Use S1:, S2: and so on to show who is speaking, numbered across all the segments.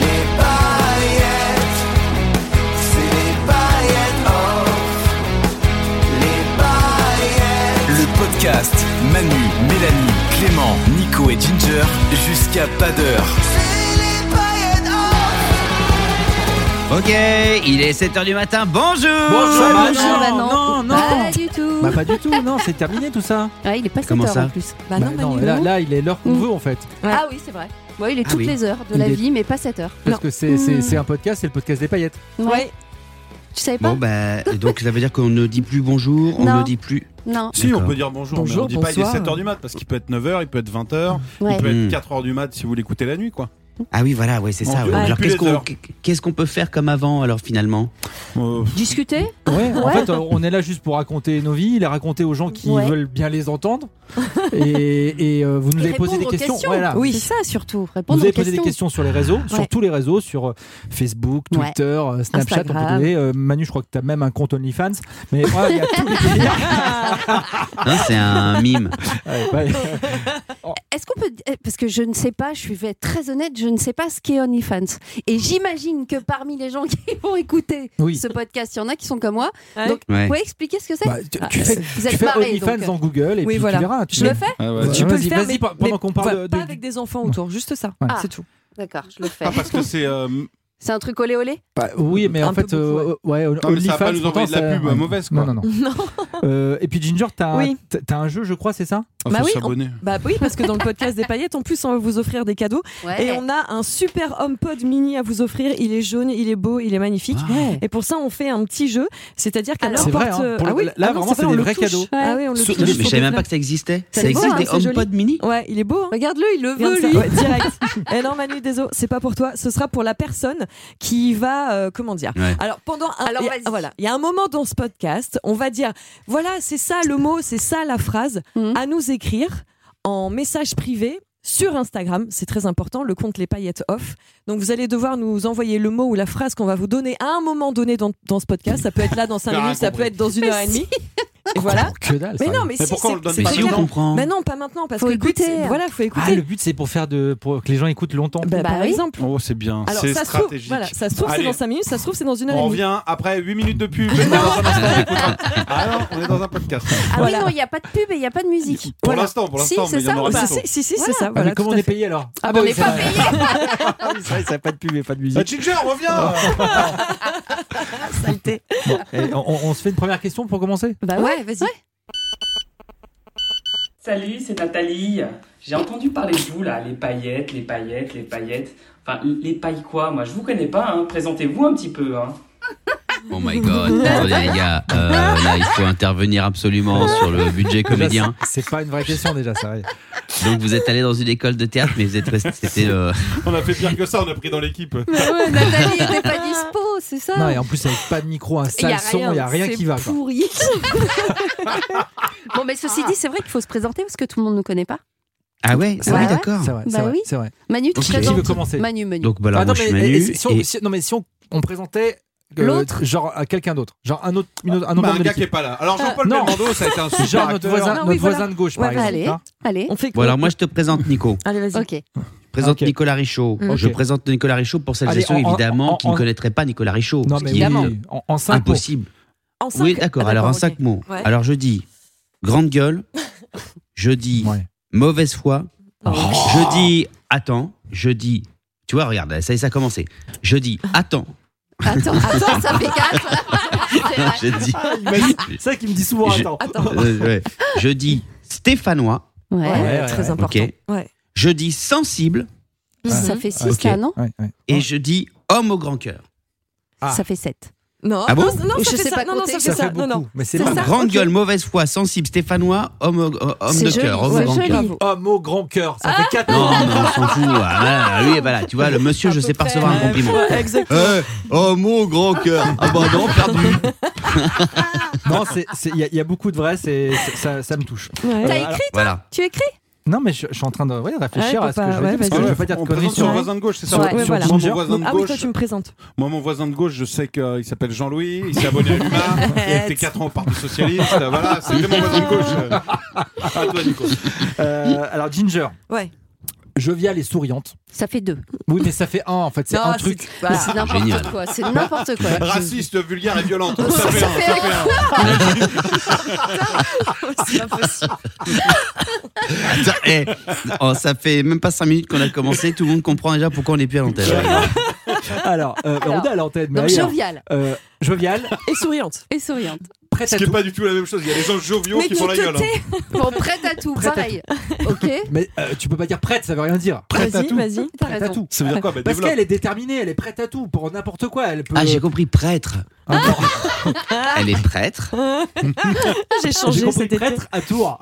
S1: Les paillettes, c'est les paillettes off. Les paillettes.
S2: Le podcast Manu, Mélanie, Clément, Nico et Ginger jusqu'à pas d'heure.
S1: C'est les paillettes off.
S3: Ok, il est 7h du matin, bonjour
S4: Bonjour.
S5: non, bah non.
S4: Ah, non, non.
S5: Pas du tout.
S4: Bah pas du tout, non, c'est terminé tout ça.
S5: Ouais, il est pas
S3: Comment
S5: 7
S3: ça
S5: heures en plus.
S4: Bah non, là, là, il est l'heure qu'on
S5: Mm.
S4: veut en fait.
S5: Ah oui, c'est vrai. Ouais, il est
S3: Ah
S5: toutes
S3: oui.
S5: les heures de
S4: Il
S5: la
S4: est-
S5: vie, mais pas 7 heures.
S4: Parce que c'est
S5: Mm.
S4: c'est- c'est un podcast, c'est le podcast des paillettes.
S5: Ouais. Tu savais pas
S3: Bon bah, donc ça veut dire qu'on ne dit plus bonjour, on
S5: Non.
S3: ne dit plus...
S4: bah,
S5: Non.
S6: Si,
S3: D'accord.
S6: on peut dire bonjour, mais
S4: Bonjour,
S6: on dit pas il est
S4: bonsoir.
S6: 7h du mat parce qu'il peut être 9h, il peut être 20h,
S5: Ouais.
S6: il peut
S3: Hmm.
S6: être 4h du mat si vous l'écoutez la nuit quoi.
S3: Ah oui, voilà, ouais, c'est
S6: On
S3: ça. ouais.
S6: dit plus
S3: Alors
S6: les
S3: qu'est-ce qu'on
S6: heures.
S3: qu'est-ce qu'on peut faire comme avant alors finalement
S4: Oh.
S6: Euh,
S5: Discuter
S4: Ouais, en
S5: Ouais.
S4: fait, euh, on est là juste pour raconter nos vies, les raconter aux gens qui
S5: Ouais.
S4: veulent bien les entendre. et et, euh, vous nous avez posé des questions. Voilà.
S5: Oui, c'est ça surtout.
S4: Vous
S5: Répondre
S4: avez
S5: aux
S4: posé
S5: questions.
S4: des questions sur les réseaux, sur
S5: Ouais.
S4: tous les réseaux, sur euh, Facebook,
S5: Ouais.
S4: Twitter, euh, Snapchat.
S5: Instagram.
S4: on peut donner, euh, Manu, je crois que tu as même un compte OnlyFans. Mais ouais, il y a tous les délires.
S3: Hein, C'est un mime.
S4: Ouais, ouais.
S5: Est-ce qu'on peut. eh, Parce que je ne sais pas, je suis vais être très honnête, je ne sais pas ce qu'est OnlyFans. Et j'imagine que parmi les gens qui vont écouter
S4: Oui.
S5: ce podcast, il y en a qui sont comme moi.
S7: Ouais.
S5: Donc,
S3: Ouais.
S5: vous pouvez expliquer ce que c'est Ah,
S4: Bah, tu, tu fais,
S5: Vous
S4: tu
S5: êtes
S4: fais
S5: barrés,
S4: OnlyFans
S5: donc.
S4: en Google et
S7: Oui,
S4: puis
S7: voilà.
S4: tu verras. tu
S5: Je le fais
S6: ah ouais.
S4: Ouais.
S7: Tu peux
S4: Bah,
S7: le
S4: Vas-y,
S7: faire,
S4: vas-y,
S7: mais,
S4: pa- pendant
S7: mais
S4: qu'on parle
S7: pas,
S4: de-
S7: pas
S4: de-
S7: avec des enfants autour, juste ça, Ah.
S4: Ouais.
S7: c'est tout.
S5: euh, D'accord, je le fais.
S6: Ah, parce que c'est. euh, non,
S5: C'est un truc olé olé
S4: Bah, oui, mais en
S7: Un peu
S4: fait,
S7: beaucoup,
S4: euh, ouais,
S6: mais ça va
S4: OnlyFans,
S6: pas nous envoyer de
S4: pourtant,
S6: la
S4: ça-
S6: pub euh,
S4: ouais.
S6: mauvaise quoi.
S4: Non, non, non.
S7: Non.
S4: Euh, et puis Ginger, t'as
S7: Oui.
S4: t'as- t'as un jeu, je crois, c'est ça
S6: Ah,
S7: Bah
S6: faut
S7: oui,
S6: s'abonner.
S7: Bah oui, parce que dans le podcast des paillettes, en plus, on va vous offrir des cadeaux.
S5: Ouais.
S7: Et on a un super HomePod mini à vous offrir. Il est jaune, il est beau, il est magnifique.
S3: Ouais.
S7: Et pour ça, on fait un petit jeu. C'est-à-dire qu'à
S4: C'est
S7: n'importe.
S4: vrai, hein,
S7: euh,
S4: pour le-
S7: ah oui,
S4: là,
S7: ah non,
S4: vraiment,
S7: ça
S4: c'est
S7: fait, on
S4: des
S7: le
S4: vrais
S7: touche.
S4: cadeaux.
S7: Ah oui, on
S3: Sou-
S7: le
S3: Mais
S7: touche.
S3: je savais même pas que ça existait.
S7: C'est
S3: Ça
S7: beau,
S3: existe
S7: hein,
S3: des
S7: c'est joli.
S3: HomePod mini
S7: Ouais, il est beau. hein.
S5: Regarde-le, il le
S7: Regarde
S5: veut,
S7: ça.
S5: lui.
S7: Ouais, direct. Et non, Manu, désolé, c'est pas pour toi. Ce sera pour la personne qui va, euh, comment dire.
S3: Ouais.
S7: Alors pendant, un,
S5: Alors,
S7: il y a-
S5: vas-y.
S7: voilà, il y a un moment dans ce podcast, on va dire, voilà, c'est ça le mot, c'est ça la phrase,
S5: Mhm.
S7: à nous écrire en message privé. Sur Instagram, c'est très important, le compte Les Paillettes Off. Donc vous allez devoir nous envoyer le mot ou la phrase qu'on va vous donner à un moment donné dans, dans ce podcast. Ça peut être là dans 5
S6: T'as rien
S7: minutes, ça
S6: compris.
S7: peut être dans une heure et demie. Et voilà.
S4: Oh, Que dalle.
S7: Mais
S4: ça.
S7: non, mais,
S6: Mais
S7: si,
S6: pourquoi on
S7: c'est-
S6: le donne
S7: c'est
S6: pas
S3: Si on
S7: clair.
S3: comprend.
S7: Mais non, pas maintenant, parce
S5: Faut
S7: que le but,
S5: écouter. hein.
S7: c'est- Voilà, faut écouter.
S4: Ah, le but, c'est pour faire de pour que les gens écoutent longtemps. Ah,
S7: Bah,
S5: Bah
S7: par
S5: oui.
S7: exemple.
S6: Oh, c'est bien,
S7: Alors,
S6: c'est
S7: ça se, trouve,
S6: stratégique.
S7: voilà, ça se trouve, c'est
S6: Allez.
S7: dans 5 minutes, ça se trouve, c'est dans une heure
S6: On
S7: et demie.
S6: revient après 8 minutes de pub. Mais dans un instant, on écoutera. Ah non, on est dans un podcast.
S5: Ah
S7: Voilà.
S5: oui, non, il n'y a pas de pub et il n'y a pas de musique.
S6: Pour
S7: Voilà.
S6: l'instant, pour
S7: Si,
S6: l'instant,
S7: c'est
S6: mais il y en
S7: ça.
S6: aura
S7: Si,
S6: bientôt.
S7: si, si, si,
S5: Voilà.
S7: c'est ça.
S4: Ah,
S7: Voilà,
S4: mais comment
S7: tout
S4: on
S7: à
S4: est
S7: fait.
S4: payé alors
S5: Ah, bah, on n'est pas
S4: payé C'est vrai, ça a pas de pub et pas de
S6: Euh,
S4: musique.
S6: Ginger,
S4: Ah.
S6: reviens
S4: Bon, et Eh, on, on- on se fait une première question pour commencer
S5: Bah ouais, vas-y.
S8: Salut, c'est Nathalie. J'ai entendu parler de vous là, les paillettes, les paillettes, les paillettes. Enfin, les pailles quoi Moi, je vous connais pas. Hein. Présentez-vous un petit peu. Hein.
S3: Oh my god, attendez les gars, euh, là il faut intervenir absolument sur le budget comédien.
S4: C'est c'est pas une vraie question déjà, ça arrive.
S3: Donc vous êtes allé dans une école de théâtre mais vous êtes resté... c'était, euh,
S6: On a fait pire que ça, on a pris dans l'équipe.
S5: Mais ouais, Nathalie n'était pas dispo, c'est ça
S4: Non, et en plus, avec pas de micro, un
S5: Il y
S4: sale son, il n'y a rien
S5: c'est
S4: qui va. quoi.
S5: pourri. bon, mais ceci dit, c'est vrai qu'il faut se présenter parce que tout le monde ne nous connaît pas.
S3: Ah ouais, ah
S5: Ouais.
S3: ouais, d'accord.
S4: C'est vrai, c'est
S5: Bah
S4: vrai,
S5: oui.
S4: c'est vrai.
S5: Manu, tu
S3: Ok.
S5: te
S4: Qui veut
S5: présentes
S4: commencer
S5: Manu, Manu.
S3: Donc voilà,
S4: Ah,
S3: moi
S4: non,
S3: je
S4: mais,
S3: suis
S4: et- et
S3: Manu.
S4: si- si on-
S3: et-
S4: si- non, mais si on, on présentait euh,
S5: L'autre
S4: genre à quelqu'un d'autre, genre un autre, une autre- un autre
S6: Bah,
S4: membre
S6: un
S4: de
S6: gars qui
S4: l'équipe. Ah,
S6: est pas là. Alors, Jean-Paul
S4: Non.
S6: Belmondo, ça a été un super
S4: genre notre
S6: acteur.
S4: voisin,
S7: Non,
S4: notre
S7: oui, voilà.
S4: voisin de gauche,
S7: Ouais, bah,
S4: par exemple.
S5: allez.
S4: hein.
S5: Allez,
S7: On fait
S3: Bon alors moi je te présente Nico.
S7: Allez, vas-y.
S5: ok.
S3: Je présente
S4: Ok.
S3: Nicolas Richaud.
S4: Mm.
S3: Je
S4: Ok.
S3: présente Nicolas Richaud pour celles
S4: Allez,
S3: et ceux,
S4: en- en-
S3: évidemment,
S4: en-
S3: qui ne
S4: en-
S3: connaîtraient pas Nicolas Richaud.
S4: Non,
S3: ce
S4: mais
S3: qui est
S4: oui, en, en cinq mots.
S3: impossible.
S7: En cinq-
S3: Oui, d'accord.
S7: Ah,
S3: Alors, en
S7: ok.
S3: cinq mots.
S7: Ouais.
S3: Alors, je dis grande gueule. je dis
S4: Ouais.
S3: mauvaise foi.
S7: Oh.
S3: Je dis attends. Je dis. Tu vois, regarde, ça y est, ça a commencé. Je dis attends.
S5: Attends, attends, ça fait quatre.
S3: je dis.
S4: C'est ça qui me dit souvent,
S3: Je-
S4: attends.
S3: euh, ouais. Je dis stéphanois.
S7: Ouais,
S5: ouais.
S4: ouais,
S7: très
S4: ouais.
S7: important.
S3: Ok.
S7: Ouais.
S3: Je dis sensible.
S5: Ça fait six
S3: Ok.
S5: là, non
S4: Ouais, ouais.
S3: Et je dis homme au grand cœur.
S4: Ah.
S5: Ça fait sept.
S7: Non,
S3: Ah bon
S7: non, non,
S5: Je
S7: ça fait
S5: sais
S7: ça.
S5: pas
S7: non, non,
S5: compter.
S7: ça
S5: Ça
S7: fait
S5: fait
S7: ça. Non, non.
S9: Mais c'est
S7: ça.
S9: pas
S3: Grande gueule, mauvaise foi, sensible, stéphanois, homme, au- euh, homme
S4: Ah, C'est
S3: de
S4: joli,
S3: cœur. Homme
S4: c'est
S3: grand
S4: joli.
S3: cœur.
S4: Homme au grand cœur, ça
S7: Ah.
S4: fait 4
S3: Non, mais on s'en fout. Ah, voilà, lui, voilà, tu vois, le monsieur, je sais pas recevoir un compliment.
S7: Exactement.
S3: oh mon grand cœur. Ah bah non, perdu.
S4: Non, c'est- c'est- il y, a- il y a beaucoup de vrai, c'est- c'est- ça, ça me touche. Euh,
S5: T'as
S4: alors-
S5: écrit, toi Tu écris
S4: Non, mais je, je suis en train de ouais, réfléchir
S7: Ouais,
S4: à ce
S7: faut
S4: que
S7: pas-
S4: je vais
S7: ouais,
S4: dire, parce que
S7: vas-y.
S4: je veux pas dire de
S6: On
S4: conneries
S6: présente
S4: sur
S6: son voisin de gauche, c'est ça
S7: Ouais,
S6: Sur
S7: voilà.
S6: Mon voisin de
S7: Ah oui, toi,
S6: gauche.
S7: tu me présentes.
S6: Moi, mon voisin de gauche, je sais qu'il s'appelle Jean-Louis, il s'est abonné à l'UMA, il a été 4 ans au Parti Socialiste. euh, Voilà, c'était mon voisin de gauche. À toi, Nico.
S4: Euh, alors, Ginger,
S7: Ouais.
S4: joviale et souriante.
S5: Ça fait deux.
S4: Oui, mais ça fait un en fait, c'est
S5: Non,
S4: un
S7: ah,
S5: c'est-
S4: truc.
S3: Ah,
S5: voilà, c'est n'importe Génial. quoi, c'est n'importe quoi.
S6: Raciste, vulgaire et violente. Ça fait un, ça fait un.
S5: C'est impossible.
S3: Attends, eh, oh, ça fait même pas 5 minutes qu'on a commencé, tout le monde comprend déjà pourquoi on est plus à l'antenne.
S4: Alors, euh,
S5: Alors,
S4: on est à l'antenne, mais
S5: donc,
S4: ailleurs.
S5: joviale.
S4: Euh, joviale,
S7: Et souriante.
S5: Et souriante.
S4: prête à
S6: C'est
S4: tout.
S6: pas du tout la même chose. Il y a des gens joviaux qui font la gueule. hein.
S5: Bon, prête à tout,
S4: Prête à
S5: pareil. Ok
S4: Mais euh, tu peux pas dire prête, ça veut rien dire. Prête à
S7: Vas-y,
S4: tout.
S7: vas-y.
S5: T'as
S4: Prête à
S5: raison.
S4: tout.
S6: Ça veut dire quoi Bah,
S4: Parce
S6: développe.
S4: qu'elle est déterminée, elle est prête à tout pour n'importe quoi. Elle peut.
S3: Ah, j'ai compris, prêtre.
S4: Ah.
S3: Elle est prêtre.
S4: Oh,
S7: J'ai
S4: J'ai
S7: changé
S4: compris
S7: cet été.
S4: prêtre à tour.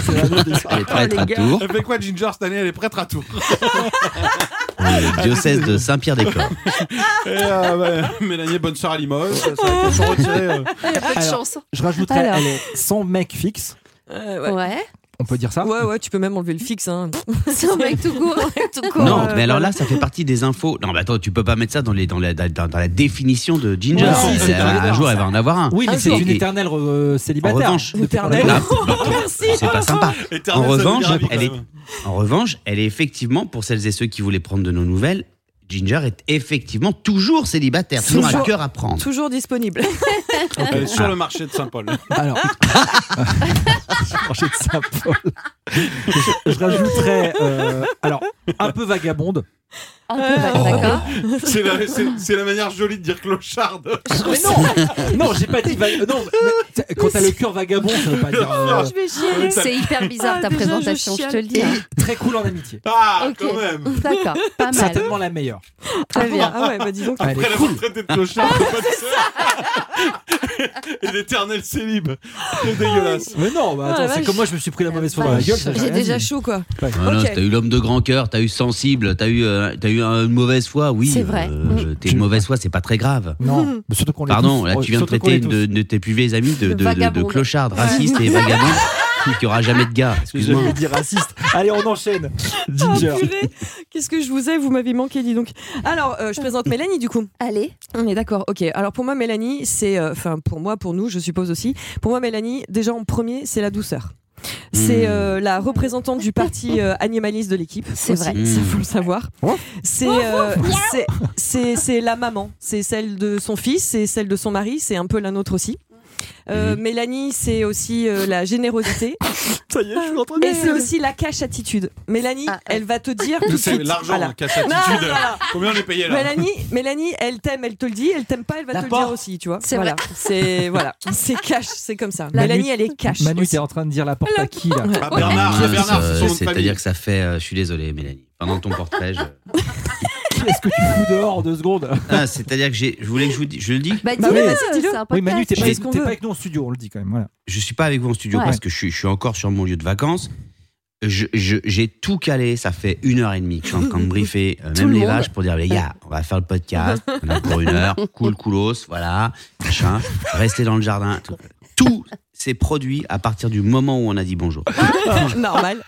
S4: C'est la même histoire.
S3: Elle est prêtre à
S7: gars.
S3: Tours,
S6: Elle fait quoi, Ginger, cette année Elle est prêtre à tout.
S3: le diocèse de Saint-Pierre-des-Corps.
S6: Et, euh, bah, Mélanie, bonne soeur à Limoges. Ça va être retiré. euh.
S5: Il y a pas de
S4: Alors,
S5: chance.
S4: Je rajouterais,
S7: Alors.
S4: elle est sans mec fixe.
S7: Euh, ouais.
S5: Ouais.
S4: On peut dire ça
S7: Ouais, ouais, tu peux même enlever le fixe. Hein.
S5: C'est un mec tout court.
S3: Non, mais alors là, ça fait partie des infos. Non, mais attends, tu peux pas mettre ça dans, les, dans, la, dans- dans la définition de Ginger.
S4: Ouais, si,
S3: Elle-
S4: c'est
S3: elle-
S4: dans les
S3: un
S4: normes,
S3: jour,
S4: ça.
S3: elle va en avoir un.
S4: Oui, mais
S3: Et-
S4: c'est une
S3: et-
S4: éternelle euh, célibataire.
S3: En revanche,
S4: Depuis qu'on est
S7: éternelle.
S4: là.
S3: Là, non, c'est pas sympa. En
S6: Éternel
S3: revanche,
S6: Saudi-Arabie,
S3: elle est,
S6: quand même.
S3: en revanche, elle est effectivement, pour celles et ceux qui voulaient prendre de nos nouvelles, Ginger est effectivement toujours célibataire, toujours un
S7: Toujours.
S3: cœur à prendre.
S7: Toujours disponible.
S6: Elle est sur le marché de Saint-Paul.
S4: Alors, marché de Saint-Paul. Je, je rajouterais, euh, alors, un peu vagabonde.
S5: Un peu, d'accord.
S6: C'est la, c'est- c'est la manière jolie de dire clocharde.
S4: Mais non, non, j'ai pas dit vagabond. Non, mais quand t'as le cœur vagabond, ça veut pas dire euh,
S7: vais chialer.
S5: C'est hyper bizarre
S7: Ah,
S5: ta
S7: déjà, je
S5: présentation, je, te le dis. hein.
S4: très cool en amitié.
S6: Ah,
S5: Ok.
S6: quand même.
S5: D'accord, pas mal.
S4: Certainement la meilleure.
S7: Très bien. Ah ouais, bah dis donc.
S4: Elle
S6: Après
S4: est
S6: l'avoir
S4: cool.
S6: traité de clochard, de bonne sœur. et d'éternel célib. C'est dégueulasse.
S4: Mais non, bah, attends,
S7: Ah,
S4: c'est
S7: vache.
S4: comme moi, je me suis pris la mauvaise foi dans la gueule. ça,
S7: J'ai
S4: rien
S7: déjà
S4: dit.
S7: chaud, quoi.
S3: Non, Ah non,
S7: Ok.
S3: t'as eu l'homme de grand cœur, t'as eu sensible, t'as eu, euh, t'as eu euh, une mauvaise foi, oui.
S5: C'est vrai.
S3: euh,
S6: Mm.
S3: T'es une mauvaise foi, c'est pas très grave.
S4: Non, mais surtout qu'on l'est
S3: Pardon,
S4: tous.
S3: là
S4: Ouais,
S3: tu viens de
S4: surtout qu'on l'est
S3: traiter de,
S4: tous.
S3: de tes plus vieilles amies de, de, de- de
S5: Vagabonde.
S3: clocharde, raciste et vagabond, qui aura jamais de gars. Excuse-moi.
S4: J'allais dire raciste. Allez, on enchaîne. Ginger.
S7: Ah, purée. Qu'est-ce que je vous ai Vous m'avez manqué, dis donc. Alors, euh, je présente Mélanie, du coup.
S5: Allez.
S7: On est d'accord, ok. Alors pour moi, Mélanie, c'est. euh, Enfin, pour moi, pour nous, je suppose aussi. Pour moi, Mélanie, déjà en premier, c'est la douceur. C'est euh, la représentante du parti euh, animaliste de l'équipe.
S5: C'est
S7: aussi,
S5: vrai.
S7: Ça faut le savoir. C'est euh, c'est- c'est- c'est la maman. C'est celle de son fils, c'est celle de son mari, c'est un peu la nôtre aussi. Euh, Mélanie, c'est aussi euh, la générosité.
S4: Ça y est, je suis en train de
S7: Et c'est aussi la cash attitude. Mélanie,
S5: Ah,
S7: elle va te dire. tout de
S6: C'est
S7: suite,
S6: l'argent
S7: voilà.
S6: hein, qu'a cette
S7: Non,
S6: attitude.
S7: voilà.
S6: Combien on est payé là
S7: Mélanie, Mélanie, elle t'aime, elle te le dit, elle t'aime pas, elle va
S4: La
S7: te le
S4: porte.
S7: dire aussi, tu vois.
S5: C'est
S7: voilà. C'est voilà, c'est cash, c'est comme ça.
S4: La
S7: Mélanie,
S4: nuit-
S7: elle est cash.
S4: Manu,
S7: aussi.
S4: t'es en train de dire la porte à qui là
S6: Ah, Bernard,
S3: Ouais,
S6: Bernard,
S3: Euh, ça,
S6: c'est son nom de
S3: C'est-à-dire
S6: famille.
S3: que ça fait. euh, je suis désolé, Mélanie. Pendant ton portrait, je-
S4: Qu'est-ce que tu fous dehors en deux secondes
S3: Ah, c'est-à-dire que j'ai. Je voulais que je vous dise. Je le dis.
S5: Bah, dis-le,
S7: Bah oui,
S5: vas-y,
S7: dis-le.
S5: c'est un
S4: Oui, Manu, t'es
S7: Je
S4: pas,
S7: fais ce qu'on
S4: t'es
S7: veut.
S4: pas avec nous en studio, on le dit quand même. Voilà.
S3: Je suis pas avec vous en studio
S5: Ouais.
S3: parce que je suis, je suis encore sur mon lieu de vacances. Je- je- J'ai tout calé. Ça fait une heure et demie que je suis en train de briefer euh,
S5: Tout
S3: même
S5: le
S3: les
S5: monde.
S3: vaches pour dire les gars, on va faire le podcast. On a pour une heure. Cool, coolos. Voilà. Machin. Restez dans le jardin. Tout- Tout s'est produit à partir du moment où on a dit bonjour.
S7: Normal.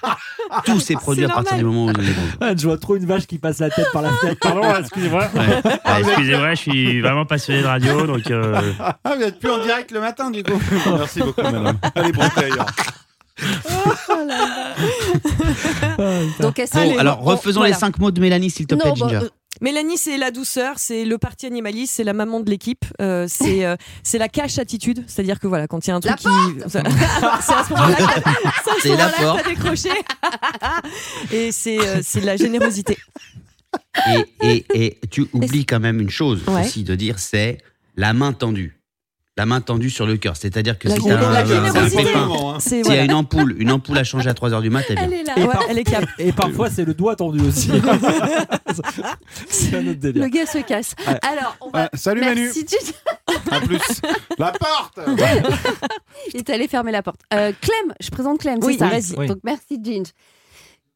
S3: Tout s'est produit à
S7: normal.
S3: partir du moment où on a dit bonjour.
S4: je vois trop une vache qui passe la tête par la fenêtre.
S10: Pardon, excusez-moi.
S3: Ouais.
S10: Ah, excusez-moi, je suis vraiment passionné de radio, donc euh,
S6: Ah, vous n'êtes plus en direct le matin du coup. Merci beaucoup, madame. Allez, brontez ailleurs.
S5: Donc, elle
S3: Bon,
S5: s'est-
S3: alors
S7: on-
S3: refaisons
S7: voilà.
S3: les cinq mots de Mélanie, s'il te plaît,
S5: Non, bah,
S3: Ginger.
S5: euh,
S7: Mélanie, c'est la douceur, c'est le parti animaliste, c'est la maman de l'équipe, euh, c'est euh, c'est la cash attitude, c'est-à-dire que voilà, quand il y a un truc
S5: La
S7: qui c'est à ce moment-là que c'est à ce
S3: C'est la
S7: moment-là que
S3: porte.
S7: t'as décroché. Et c'est euh, c'est de la générosité.
S3: et, et, et tu oublies quand même une chose
S7: Ouais.
S3: aussi de dire, c'est la main tendue. La main tendue sur le cœur. C'est-à-dire que
S7: La
S3: si
S7: gén-
S3: t'as
S7: la
S3: un,
S7: générosité.
S3: un pépin,
S6: Vraiment, hein.
S7: C'est
S3: s'il y a
S7: voilà.
S3: une ampoule, une ampoule à changer à 3h du matin, elle
S5: Elle
S3: vient.
S5: est là.
S7: Ouais,
S4: par-
S7: elle est cap.
S4: Et parfois, c'est le doigt tendu aussi. c'est un autre délire.
S5: Le gars se casse. Alors, on va.
S6: Ah, salut, Manu.
S5: Merci, Gigi.
S6: En plus, la porte
S5: Il est allé fermer la porte. Euh, Clem, je présente Clem,
S7: Oui,
S5: c'est ça
S7: oui, vas-y. Oui.
S5: Donc merci Ginge.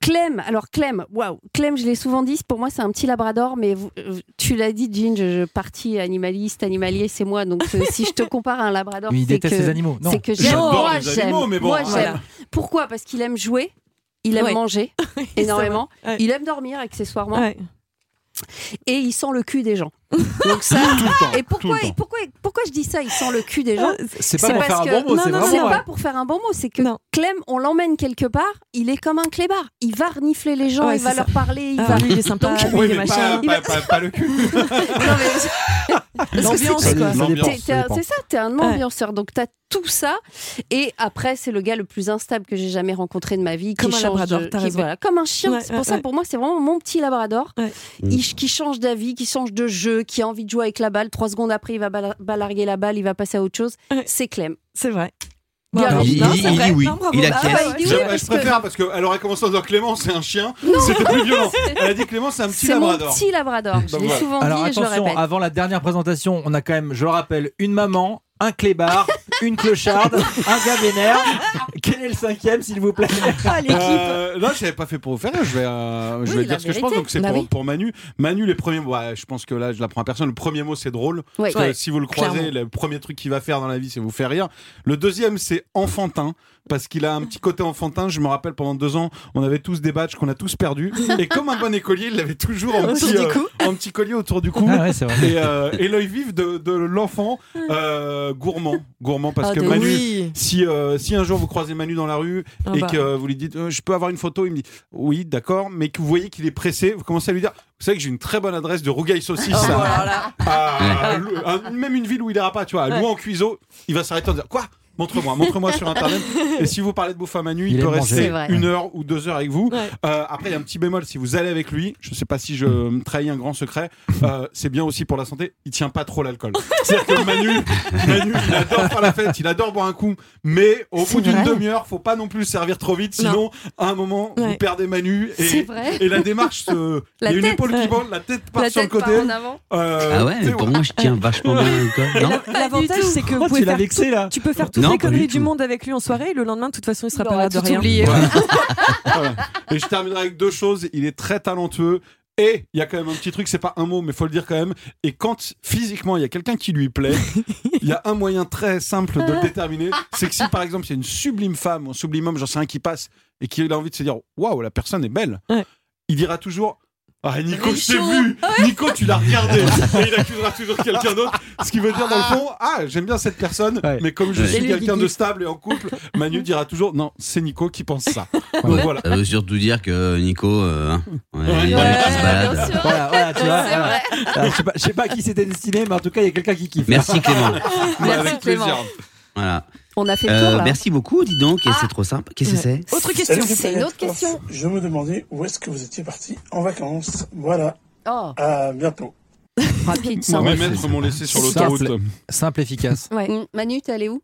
S5: Clem, alors Clem, waouh, Clem, je l'ai souvent dit, pour moi c'est un petit labrador, mais vous- euh, tu l'as dit, Ginge, je partie animaliste, animalier, c'est moi, donc euh, si je te compare à un labrador,
S4: Mais il
S5: c'est
S4: déteste
S5: que-
S4: les animaux. Non.
S5: c'est que j'aime,
S4: J'adore
S5: moi
S4: les
S5: j'aime,
S4: animaux, mais bon, hein.
S5: moi, j'aime.
S4: voilà.
S5: Pourquoi Parce qu'il aime jouer, il aime
S7: Ouais.
S5: manger énormément,
S7: vrai. Ouais.
S5: il aime dormir accessoirement, et il sent le cul des gens. Donc ça, et pourquoi, et pourquoi, pourquoi je dis ça Il sent le cul des gens.
S4: C'est pas pour
S5: parce
S4: faire un
S5: que-
S4: bon mot,
S5: Non,
S4: c'est
S5: non,
S4: vraiment
S5: c'est
S4: vrai.
S5: pas pour faire un bon mot. C'est que Clem, on l'emmène quelque part. Il est comme un clébard. Il va renifler les gens,
S7: Ouais,
S5: il va
S7: c'est
S5: leur
S7: ça.
S5: parler. Il
S7: Ah,
S5: va.
S7: lui, il est sympa,
S5: Donc-
S7: lui, il est machin.
S6: pas, pas, pas- pas le cul.
S5: Parce que c'est-
S6: L'ambiance,
S5: c'est-
S6: quoi.
S5: t'es-
S6: L'ambiance,
S5: t'es-
S6: ça dépend.
S5: C'est ça, t'es un
S7: Ouais.
S5: ambianceur. Donc t'as tout ça. Et après, c'est le gars le plus instable que j'ai jamais rencontré de ma vie.
S7: Comme
S5: qui
S7: un
S5: change
S7: labrador,
S5: de-
S7: t'as
S5: qui-
S7: raison.
S5: voilà, comme un chien.
S7: Ouais,
S5: c'est pour
S7: ouais, Mm.
S5: ça,
S7: ouais.
S5: pour moi, c'est vraiment mon petit labrador. Il- qui change d'avis, qui change de jeu, qui a envie de jouer avec la balle. Trois secondes après, il va bala- balarguer la balle, il va passer à autre chose. C'est Clem.
S7: C'est vrai.
S5: Bien
S6: Bravo.
S5: vu.
S6: Il-
S5: Non,
S6: il-
S5: c'est
S6: il
S5: vrai.
S6: dit oui.
S5: Non, bravo.
S6: Il
S5: Ah
S6: acquiesce.
S5: bah, il dit oui,
S6: Je-
S5: parce
S6: je
S5: que-
S6: préfère parce qu'elle aurait commencé en disant Clément, c'est un chien.
S5: Non.
S6: C'était plus violent. Elle a dit Clément, c'est un petit
S5: C'est mon
S6: labrador.
S5: petit labrador. Je
S6: Donc
S5: l'ai
S6: voilà.
S5: souvent
S4: Alors
S5: dit et je le
S4: attention,
S5: répète.
S4: avant la dernière présentation, on a quand même, je le rappelle, une maman, un clébard, une clocharde, un gars vénère. Quel est le cinquième, s'il vous plaît
S6: Euh, non, je l'avais pas fait pour vous faire. rire, Je vais, euh, je
S4: Oui,
S6: vais
S4: la
S6: dire ce que je pense.
S4: vérité.
S6: Donc c'est
S4: Bah
S6: pour,
S4: oui.
S6: pour Manu. Manu, les premiers. mots, ouais, je pense que là, je la prends à personne. Le premier mot, c'est drôle.
S4: Ouais.
S6: Parce que
S4: Ouais.
S6: si vous le croisez,
S4: Clairement.
S6: le premier truc qu'il va faire dans la vie, c'est vous faire rire. Le deuxième, c'est enfantin. Parce qu'il a un petit côté enfantin. Je me rappelle pendant deux ans, on avait tous des badges qu'on a tous perdus. Et comme un bon écolier, il l'avait toujours en
S4: Autour
S6: petit,
S4: du
S6: euh,
S4: cou.
S6: en petit collier autour du cou.
S4: Ah ouais, c'est vrai.
S6: Et, euh, et l'œil vif de, de l'enfant euh, gourmand. Gourmand parce
S4: Ah,
S6: que
S4: de
S6: Manu,
S4: oui.
S6: si, euh, si un jour vous croisez Manu dans la rue
S4: Ah
S6: et
S4: bah.
S6: que vous lui dites euh, je peux avoir une photo, il me dit oui d'accord, mais que vous voyez qu'il est pressé, vous commencez à lui dire vous savez que j'ai une très bonne adresse de rougail saucisse,
S1: Oh,
S6: à-
S1: voilà.
S6: à Lou- à- même une ville où il ira pas, tu vois, à
S1: Ouais.
S6: Louan en cuiseau, il va s'arrêter en disant quoi Montre-moi, montre-moi sur internet. Et si vous parlez de bouffe à Manu, il,
S4: Il aime
S6: peut
S4: manger.
S6: rester
S4: C'est vrai.
S6: une heure ou deux heures avec vous.
S4: Ouais.
S6: Euh, après, il y a un petit bémol si vous allez avec lui. Je sais pas si je me trahis un grand secret. euh, c'est bien aussi pour la santé. Il tient pas trop l'alcool. C'est-à-dire que Manu, Manu, il adore faire la fête, il adore boire un coup, mais au bout d'une
S4: vrai.
S6: demi-heure, faut pas non plus servir trop vite, sinon à un moment vous
S4: Ouais.
S6: perdez Manu
S4: C'est
S6: et,
S4: vrai.
S6: et la démarche, se- il y
S4: La
S6: a une
S4: tête,
S6: épaule qui
S4: ouais.
S6: bande, la tête part
S4: La
S6: sur
S4: tête
S6: le
S4: part
S6: côté.
S4: en avant.
S6: Euh,
S3: Ah ouais, mais
S6: c'est-
S3: pour moi, je tiens vachement bien le col, non
S7: L'avantage, c'est que
S4: Oh,
S7: vous
S4: tu
S7: pouvez
S4: l'as
S7: faire
S4: vexé,
S7: tout-
S4: là.
S7: tu peux faire toutes
S6: Non,
S7: les
S6: pas du
S7: conneries du
S6: tout.
S7: monde avec lui en soirée. et Le lendemain, de toute façon, il sera pas là de rien.
S6: Voilà. Et je terminerai avec deux choses. Il est très talentueux. Et il y a quand même un petit truc, c'est pas un mot, mais faut le dire quand même. Et quand physiquement il y a quelqu'un qui lui plaît, il y a un moyen très simple de le déterminer. C'est que si par exemple il y a une sublime femme ou un sublime homme, j'en sais un qui passe et qu'il a envie de se dire waouh, la personne est belle, il dira toujours Ah, Nico, je t'ai
S1: Richaud.
S6: vu Nico, tu l'as regardé Et il accusera toujours quelqu'un d'autre. Ce qui veut dire dans le fond Ah, j'aime bien cette personne, mais comme je
S3: Ouais.
S6: suis
S3: Et lui,
S6: quelqu'un
S3: Guigui.
S6: de stable et en couple, Manu dira toujours Non, c'est Nico qui pense ça. Donc
S3: Ouais,
S6: voilà.
S3: Ça veut surtout dire que Nico, euh, hein, on est- on est qui se balade.
S4: Voilà, voilà, tu vois.
S3: C'est
S4: voilà.
S3: vrai.
S4: Alors, je, sais pas, je sais pas à qui c'était destiné, mais en tout cas, il y a quelqu'un qui kiffe.
S3: Merci Clément.
S5: Merci Clément.
S3: Voilà.
S5: On a fait le tour
S3: Euh,
S5: là.
S3: merci beaucoup, dis donc, et c'est trop simple. Qu'est-ce que c'est
S5: Autre question.
S9: Salut,
S5: C'est une autre
S9: Paillette.
S5: question.
S9: Je me demandais où est-ce que vous étiez parti en vacances. Voilà.
S5: Oh.
S9: À bientôt.
S5: Rapide,
S6: Bon,
S5: simple.
S6: mes maîtres m'ont laissé sur l'autoroute.
S4: Simple, simple efficace.
S5: Ouais. Mm. Manu, t'es allé où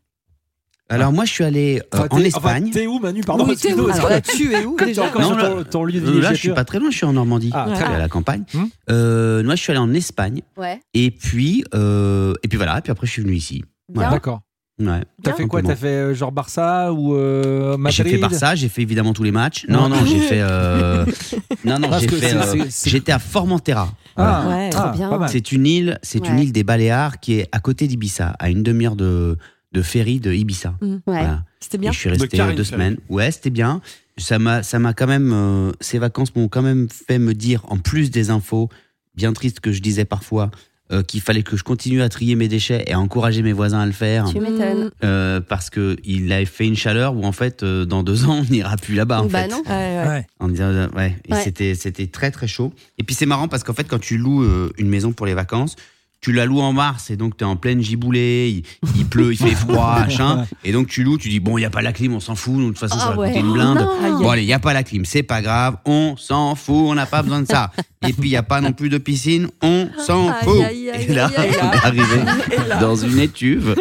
S3: Alors moi, je suis allé euh,
S4: Enfin,
S3: en
S4: t'es-
S3: Espagne.
S4: enfin, t'es où, Manu Pardon.
S3: Oui,
S4: parce que
S3: t'es où
S4: nous,
S3: Alors,
S4: est-ce que-
S3: là, tu es où,
S4: Comme
S3: déjà
S4: t'es encore
S3: Non,
S4: sur
S3: là-
S4: ton, ton lieu
S3: Euh, là,
S4: de
S3: je suis
S4: villégiature.
S3: pas très loin, je suis en Normandie.
S4: Ah, très
S3: Je suis
S4: bien.
S3: à la campagne. Euh, moi, je suis allé en Espagne.
S5: Ouais.
S3: Et puis, euh, et puis voilà. Et puis après, je suis venu ici. Voilà.
S4: D'accord.
S3: Ouais.
S4: T'as fait quoi
S3: Simplement.
S4: T'as fait euh, genre Barça ou euh,
S3: J'ai
S4: Madrid
S3: fait Barça, j'ai fait évidemment tous les matchs. Non,
S4: Ah.
S3: non, j'ai fait. euh, Non, non,
S4: Parce
S3: j'ai
S4: que
S3: fait.
S4: c'est-
S3: euh,
S4: c'est- c'est-
S3: J'étais à Formentera.
S4: Ah,
S3: Voilà.
S4: ouais, Trop ah, bien. pas mal.
S3: C'est une île, c'est une
S4: Ouais.
S3: île des Baléares qui est à côté d'Ibiza, à une demi-heure de de ferry de Ibiza. Voilà.
S7: C'était bien.
S3: Et je suis resté euh, deux semaines. Ouais, c'était bien. Ça m'a, ça m'a quand même. euh, ces vacances m'ont quand même fait me dire, en plus des infos bien tristes que je disais parfois, euh, qu'il fallait que je continue à trier mes déchets et à encourager mes voisins à le faire.
S5: Tu m'étonnes.
S3: Euh, parce que il a fait une chaleur où en fait, euh, dans deux ans, on n'ira plus là-bas. Ah, En
S5: bah
S3: fait.
S5: non.
S7: Ah,
S3: En disant, euh, ouais. Et
S5: Ouais.
S3: c'était, c'était très très chaud. Et puis c'est marrant parce qu'en fait, quand tu loues euh, une maison pour les vacances, tu la loues en mars et donc tu es en pleine giboulée, il, il pleut, il fait froid, machin. Et donc tu loues, tu dis, bon, il n'y a pas la clim, on s'en fout, nous, de toute façon,
S5: Ah
S3: ça va
S5: ouais.
S3: coûter une blinde.
S5: Non.
S3: Bon, allez, il n'y a pas la clim, c'est pas grave, on s'en fout, on n'a pas besoin de ça. Et puis il n'y a pas non plus de piscine, on s'en
S1: Aïe,
S3: fout.
S1: aïe, aïe,
S3: Et là,
S1: aïe, aïe.
S3: on est arrivé
S1: Et là.
S3: dans une étuve.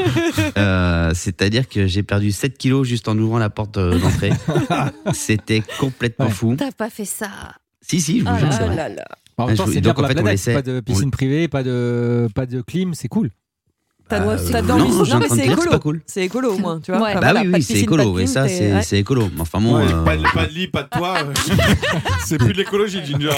S3: Euh, C'est-à-dire que j'ai perdu 7 kilos juste en ouvrant la porte euh, d'entrée. C'était complètement fou.
S5: T'as pas fait ça.
S3: Si, si, je
S7: Ah
S3: vous
S5: Oh
S3: jure,
S5: là
S3: c'est vrai.
S5: là là.
S4: En
S3: Ouais,
S4: même temps,
S3: je-
S4: c'est bien
S3: donc,
S4: pour
S3: en
S4: la
S3: fait, on
S4: planète.
S3: laissait-
S4: Pas de piscine privée, pas de, pas de clim, c'est cool.
S7: T'as
S3: Bah,
S7: t'as
S3: euh,
S7: dans
S3: non,
S7: l'histoire-
S3: j'ai
S7: non, mais
S3: entendu
S7: c'est
S3: dire que c'est pas
S7: écolo.
S3: cool.
S7: C'est écolo au moins, tu vois. Enfin,
S3: Bah
S7: voilà,
S3: oui,
S7: pas
S3: oui,
S7: de
S3: c'est
S7: piscine,
S3: écolo,
S7: pas de
S3: oui, ça,
S7: clim, t'es-
S3: c'est
S7: ouais.
S3: c'est écolo. Mais Enfin, bon.
S6: Ouais,
S3: euh,
S6: pas, de, pas de lit, pas de toit. euh. c'est plus de l'écologie, Ginger.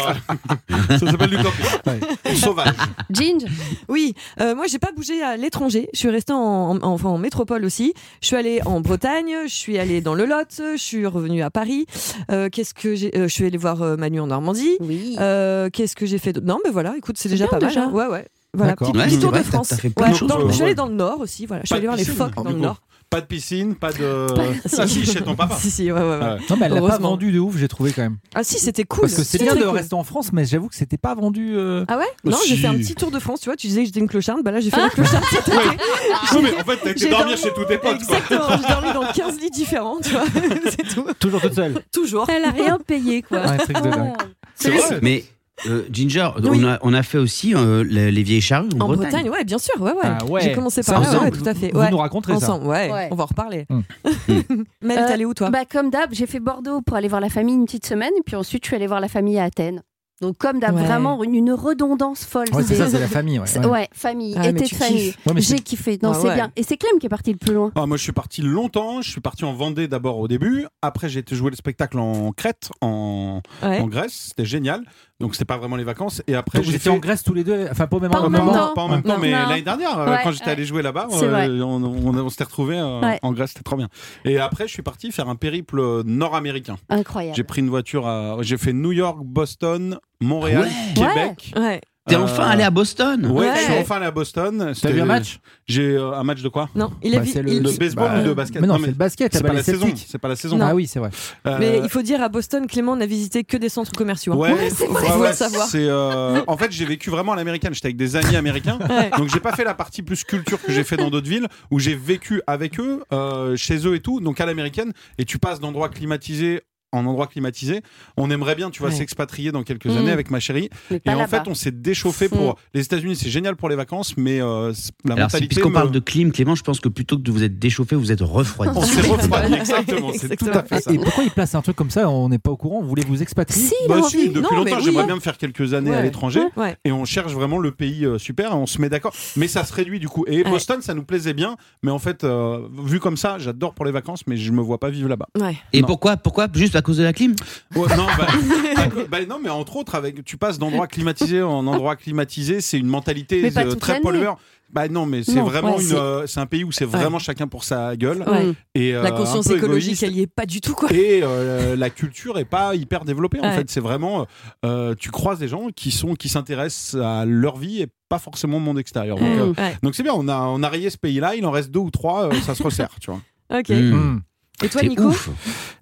S6: Ça s'appelle du camping. Sauvage.
S7: Ginge Oui, euh, moi j'ai pas bougé à l'étranger, je suis restée en, en- enfin, en métropole aussi. Je suis allée en Bretagne, je suis allée dans le Lot, je suis revenue à Paris. Euh, Qu'est-ce que j'ai euh, Je suis allée voir euh, Manu en Normandie. Euh, Qu'est-ce que j'ai fait d'autre Non, mais voilà, écoute, c'est
S5: C'est
S7: déjà
S5: bien
S7: pas mal.
S5: déjà.
S7: hein. Ouais, ouais. Voilà,
S6: D'accord.
S7: petit,
S6: Ouais,
S7: petit
S6: c'est
S7: tour
S6: vrai,
S7: de
S6: t'as-
S7: France.
S6: t'as fait plein de
S7: Ouais,
S6: choses,
S7: dans-
S6: ouais.
S7: je suis allée dans le Nord aussi, voilà. Je suis
S6: Pas
S7: allée
S6: de
S7: voir les
S6: piscine,
S7: phoques dans
S6: du
S7: le
S6: coup.
S7: Nord.
S6: Pas de piscine, pas de.
S7: Pas-
S6: Ah si, chez ton papa.
S7: Si, si, ouais, ouais,
S6: Ah.
S7: ouais.
S4: Non, mais elle l'a pas
S7: Heureusement.
S4: vendu de ouf, j'ai trouvé quand même.
S7: Ah si, c'était cool.
S4: Parce que c'est
S7: C'était
S4: bien de
S7: très cool.
S4: rester en France, mais j'avoue que c'était pas vendu. euh,
S7: Ah ouais Non, j'ai
S4: si.
S7: fait un petit tour de France, tu vois, tu disais que j'étais une clocharde, bah là j'ai fait
S5: Ah.
S7: la clocharde cet été.
S6: Non, mais en fait, t'as été
S7: J'ai
S6: dormir
S7: dormi-
S6: chez tous tes potes. quoi.
S7: Exactement, j'ai dormi dans 15 lits différents, tu vois. C'est tout.
S4: Toujours toute seule.
S7: Toujours.
S5: Elle a rien payé, quoi.
S3: Ouais, truc de dingue.
S5: Ah.
S7: C'est vrai.
S3: Mais euh, Ginger,
S7: Oui.
S3: on, a, on a fait aussi euh, les, les vieilles charrues en,
S7: En Bretagne. ouais, bien sûr, ouais, ouais.
S3: Ah ouais.
S7: J'ai commencé
S3: Ça
S7: par là,
S3: ensemble,
S7: ouais, tout à fait.
S3: vous
S7: ouais.
S3: nous raconterez ça.
S7: Ensemble, ouais.
S5: Ouais.
S7: On va en reparler.
S6: Hum.
S5: Mel,
S7: t'es allée où, toi
S5: bah, Comme d'hab, j'ai fait Bordeaux pour aller voir la famille une petite semaine, et puis ensuite je suis allée voir la famille à Athènes. Donc comme d'hab,
S4: Ouais.
S5: vraiment une, une redondance folle.
S4: Ouais, c'est ça, c'est la famille, ouais.
S5: C'est-
S4: Ouais.
S5: famille,
S4: Ah, mais
S5: été de
S4: tu
S5: famille.
S4: kiffes. Ouais, mais
S5: j'ai
S4: c'est-
S5: kiffé, non,
S4: Ah,
S5: c'est
S4: ouais.
S5: bien. Et c'est Clem qui est parti le plus loin.
S6: Ah, moi, je suis parti longtemps. Je suis parti en Vendée d'abord au début. Après, j'ai été jouer le spectacle en Crète, en,
S4: Ouais.
S6: en Grèce. C'était génial. Donc, c'était pas vraiment les vacances. Et après,
S4: Donc vous
S6: j'ai
S4: étiez
S6: fait.
S4: en Grèce tous les deux, enfin pas au même
S6: Pas en même
S4: endroit.
S6: temps, pas en même temps, mais
S4: Non.
S6: l'année dernière, euh,
S4: Ouais,
S6: quand j'étais
S4: ouais.
S6: allé jouer là-bas,
S4: C'est
S6: euh,
S4: vrai.
S6: on, on- on s'était retrouvés euh,
S5: Ouais.
S6: en Grèce, c'était trop bien. Et après, je suis parti faire un périple euh, nord-américain.
S5: Incroyable.
S6: J'ai pris une voiture à. J'ai fait New York, Boston, Montréal,
S3: Ouais.
S6: Québec.
S7: Ouais.
S3: T'es enfin allé à Boston
S6: Euh, Ouais, je suis
S3: Ouais.
S6: enfin allé à Boston.
S4: T'as vu
S6: C'était-
S4: un match
S6: J'ai euh, un match de quoi
S7: Non, il a Bah, vu-
S6: C'est
S7: c'est
S6: le,
S7: le- il-
S6: baseball
S7: Bah,
S6: ou de basket.
S4: mais non, c'est le basket,
S6: c'est
S4: là-bas,
S6: pas la
S4: les
S6: saison.
S4: Celtics.
S6: C'est pas la saison. Euh,
S7: Non. Ah
S4: oui, c'est vrai.
S7: Mais il faut dire, à Boston, Clément n'a visité que des centres commerciaux. hein. faut le savoir.
S6: c'est, euh, en fait, j'ai vécu vraiment à l'américaine. J'étais avec des amis américains,
S7: Ouais.
S6: donc j'ai pas fait la partie plus culture que j'ai fait dans d'autres villes où j'ai vécu avec eux, euh, chez eux et tout. Donc à l'américaine, et tu passes d'endroits climatisés en endroits climatisés. On aimerait bien, tu vois,
S4: Ouais.
S6: s'expatrier dans quelques
S4: Mhm.
S6: années avec ma chérie.
S4: Mais
S6: Et
S4: pas
S6: en
S4: là-bas.
S6: fait, on s'est déchauffé pour
S4: Mm.
S6: les États-Unis. C'est génial pour les vacances, mais euh, c'est- la
S3: Alors, si-
S6: mentalité.
S3: puisqu'on
S6: me-
S3: parle de clim, Clément, je pense que plutôt que de vous être déchauffé, vous êtes refroidi.
S6: On s'est refroidi, exactement. Ah, C'est tout à fait ça.
S4: Et, et pourquoi ils placent un truc comme ça On n'est pas au courant. Vous voulez vous expatrier
S6: Bah si, depuis longtemps, j'aimerais bien me faire quelques années à
S4: Ouais.
S6: l'étranger.
S4: Ouais.
S6: Et on cherche vraiment le pays euh, super, on se met d'accord. Mais ça se réduit du coup. Et Boston, ça nous plaisait bien. Mais en fait, euh, vu comme ça, j'adore pour les vacances, mais je me vois pas vivre là-bas.
S3: Et pourquoi Pourquoi Juste à cause de la clim
S6: Ouais, non, bah, à co- bah non, mais entre autres, avec, tu passes d'endroit climatisé en endroit climatisé, c'est une mentalité
S4: Mais pas
S6: euh,
S4: toute
S6: très
S4: l'année.
S6: pollueur. Bah non, mais c'est
S7: Non,
S6: vraiment
S7: ouais,
S6: une,
S7: c'est-
S6: euh, c'est un pays où c'est vraiment chacun pour sa gueule.
S7: Ouais.
S6: Et, euh,
S7: la
S6: un
S7: conscience
S6: peu
S7: écologique,
S6: égoïste.
S7: elle y est pas du tout, quoi.
S6: Et euh, la culture est pas hyper développée en
S7: Ouais.
S6: fait. C'est vraiment, euh, tu croises des gens qui sont qui s'intéressent à leur vie et pas forcément au monde extérieur. Donc,
S7: Ouais.
S6: euh,
S7: Ouais.
S6: donc c'est bien. On a on a rayé ce pays-là. Il en reste deux ou trois. euh, ça se resserre, tu vois.
S7: Ok.
S3: Hmm.
S4: Mm.
S7: Et toi, Nico
S6: Euh,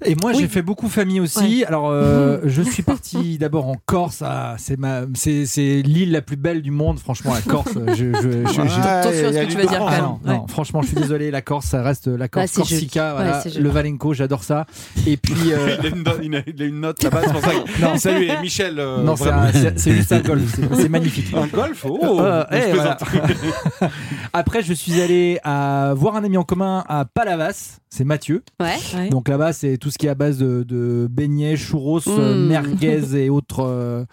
S4: Et moi,
S7: Oui.
S4: j'ai fait beaucoup famille aussi. Alors, euh, je suis parti d'abord en Corse. Ah, c'est ma, c'est, c'est l'île la plus belle du monde, franchement, la Corse. Je, je, je-
S6: Ouais,
S4: je-
S6: Attention à ce que
S4: Ah,
S6: tu vas dire, quand même.
S4: non, non, franchement, je suis désolé. La Corse, ça reste la Corse
S6: Ah, c'est joli.
S4: Corsica,
S6: Ouais,
S4: voilà,
S6: c'est joli.
S4: le Valenco, j'adore ça. Et puis, euh,
S6: il, a une note, il a- il a une note là-bas. C'est pour ça. que-
S4: Non.
S6: Salut et Michel. euh,
S4: non, c'est,
S6: vraiment.
S4: un- c'est- c'est juste un golf. C'est, c'est magnifique.
S6: Un golf. Oh.
S4: Euh,
S6: je
S4: eh, voilà.
S6: plaisante.
S4: Après, je suis allé à voir un ami en commun à Palavas. C'est Mathieu.
S5: Ouais.
S4: Donc là-bas, c'est tout ce qui est à base de, de beignets, churros, euh,
S3: Mm.
S4: merguez et autres euh,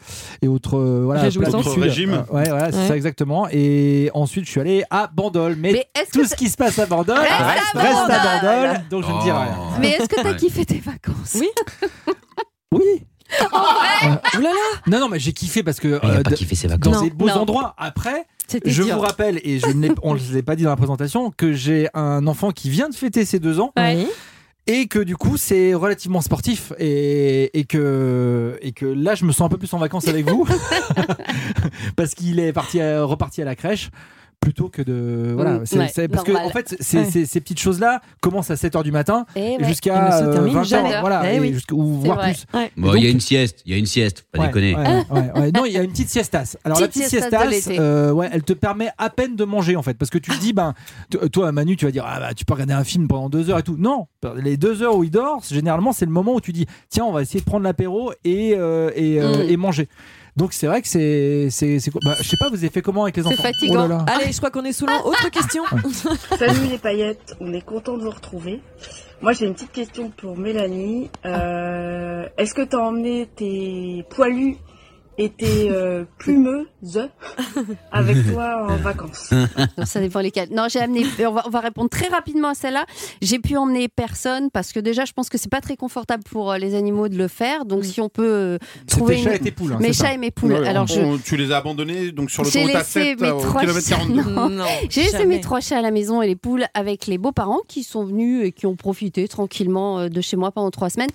S4: et autres euh, voilà.
S3: Réjouissant.
S4: plats du
S3: Autres
S4: Sud.
S3: régimes.
S4: Euh, ouais, voilà, c'est
S3: Ouais.
S4: ça exactement. Et ensuite, je suis allé à Bandol. Mais, tout ce qui se passe à Bandol reste,
S5: à
S4: à
S5: Bandol.
S4: Bandol. Donc je ne dis
S3: Oh.
S4: rien.
S5: Mais est-ce que t'as
S4: Ouais.
S5: kiffé tes vacances
S7: Oui.
S4: Euh, Non, non, mais j'ai kiffé parce
S3: Ah,
S4: que euh, d-
S3: vacances.
S4: dans ces
S3: Non.
S4: beaux
S3: Non.
S4: endroits. Après,
S3: C'était
S4: je
S3: dur.
S4: vous rappelle et je ne l'ai- on ne l'ai pas dit dans la présentation que j'ai un enfant qui vient de fêter ses deux ans. Et que du coup c'est relativement sportif et, et que et que là je me sens un peu plus en vacances avec vous parce qu'il est parti à- reparti à la crèche plutôt que de voilà
S3: Mm,
S4: c'est-
S3: ouais,
S4: c'est- parce que
S3: normal.
S4: en fait c'est-
S3: Ouais.
S4: c'est- ces petites choses là commencent à 7h du matin
S3: Eh ouais.
S7: Et ne
S4: jusqu'à
S7: se
S4: euh,
S7: terminent
S4: 20
S7: jamais.
S4: heures, voilà
S7: Eh
S4: et
S7: oui.
S4: jusqu'au- ou
S7: C'est
S4: voire
S7: vrai.
S4: plus
S7: Ouais.
S3: Bon, il y a une sieste, il y a une sieste, pas
S4: Ouais,
S3: déconner.
S4: ouais, ouais, ouais. Non, il y a une petite siestasse. Alors la
S3: Petite
S4: petite
S3: siestasse de
S4: siestasse,
S3: l'été.
S4: euh, ouais, elle te permet à peine de manger en fait, parce que tu te dis, ben, t- euh, toi Manu, tu vas dire, ah bah tu peux regarder un film pendant deux heures et tout. Non, les deux heures où il dort, c'est- généralement c'est le moment où tu dis, tiens, on va essayer de prendre l'apéro et euh, et, euh,
S7: Mm.
S4: et manger. Donc c'est vrai que c'est c'est c'est quoi- bah, je sais pas, vous avez fait comment avec les enfants Oh là là.
S3: Ah.
S7: Allez, je crois qu'on est sous
S5: Ah,
S7: l'eau. Autre question
S11: Salut les paillettes, on est content de vous retrouver. Moi j'ai une petite question pour Mélanie. Euh, Est-ce que t'as emmené tes poilus été euh, plumeuse avec toi en vacances
S5: Donc, ça dépend lesquels. Non, j'ai amené. et On va, on va répondre très rapidement à celle-là. J'ai pu emmener personne parce que déjà, je pense que c'est pas très confortable pour euh, les animaux de le faire. Donc, si on peut euh, trouver.
S6: tes
S5: une-
S6: chats Mm. et tes poules, hein,
S5: mes
S6: c'est ça
S5: chats et mes poules.
S6: Ouais,
S5: Alors,
S6: on-
S5: je.
S6: on- tu les as abandonnés donc sur le
S5: J'ai
S6: tour à
S5: laissé
S6: 7
S5: mes
S6: euh, au
S5: trois
S6: kilomètre
S5: chats.
S6: 42.
S5: non. J'ai laissé
S7: jamais.
S5: mes trois chats à la maison et les poules avec les beaux-parents qui sont venus et qui ont profité tranquillement euh, de chez moi pendant trois semaines.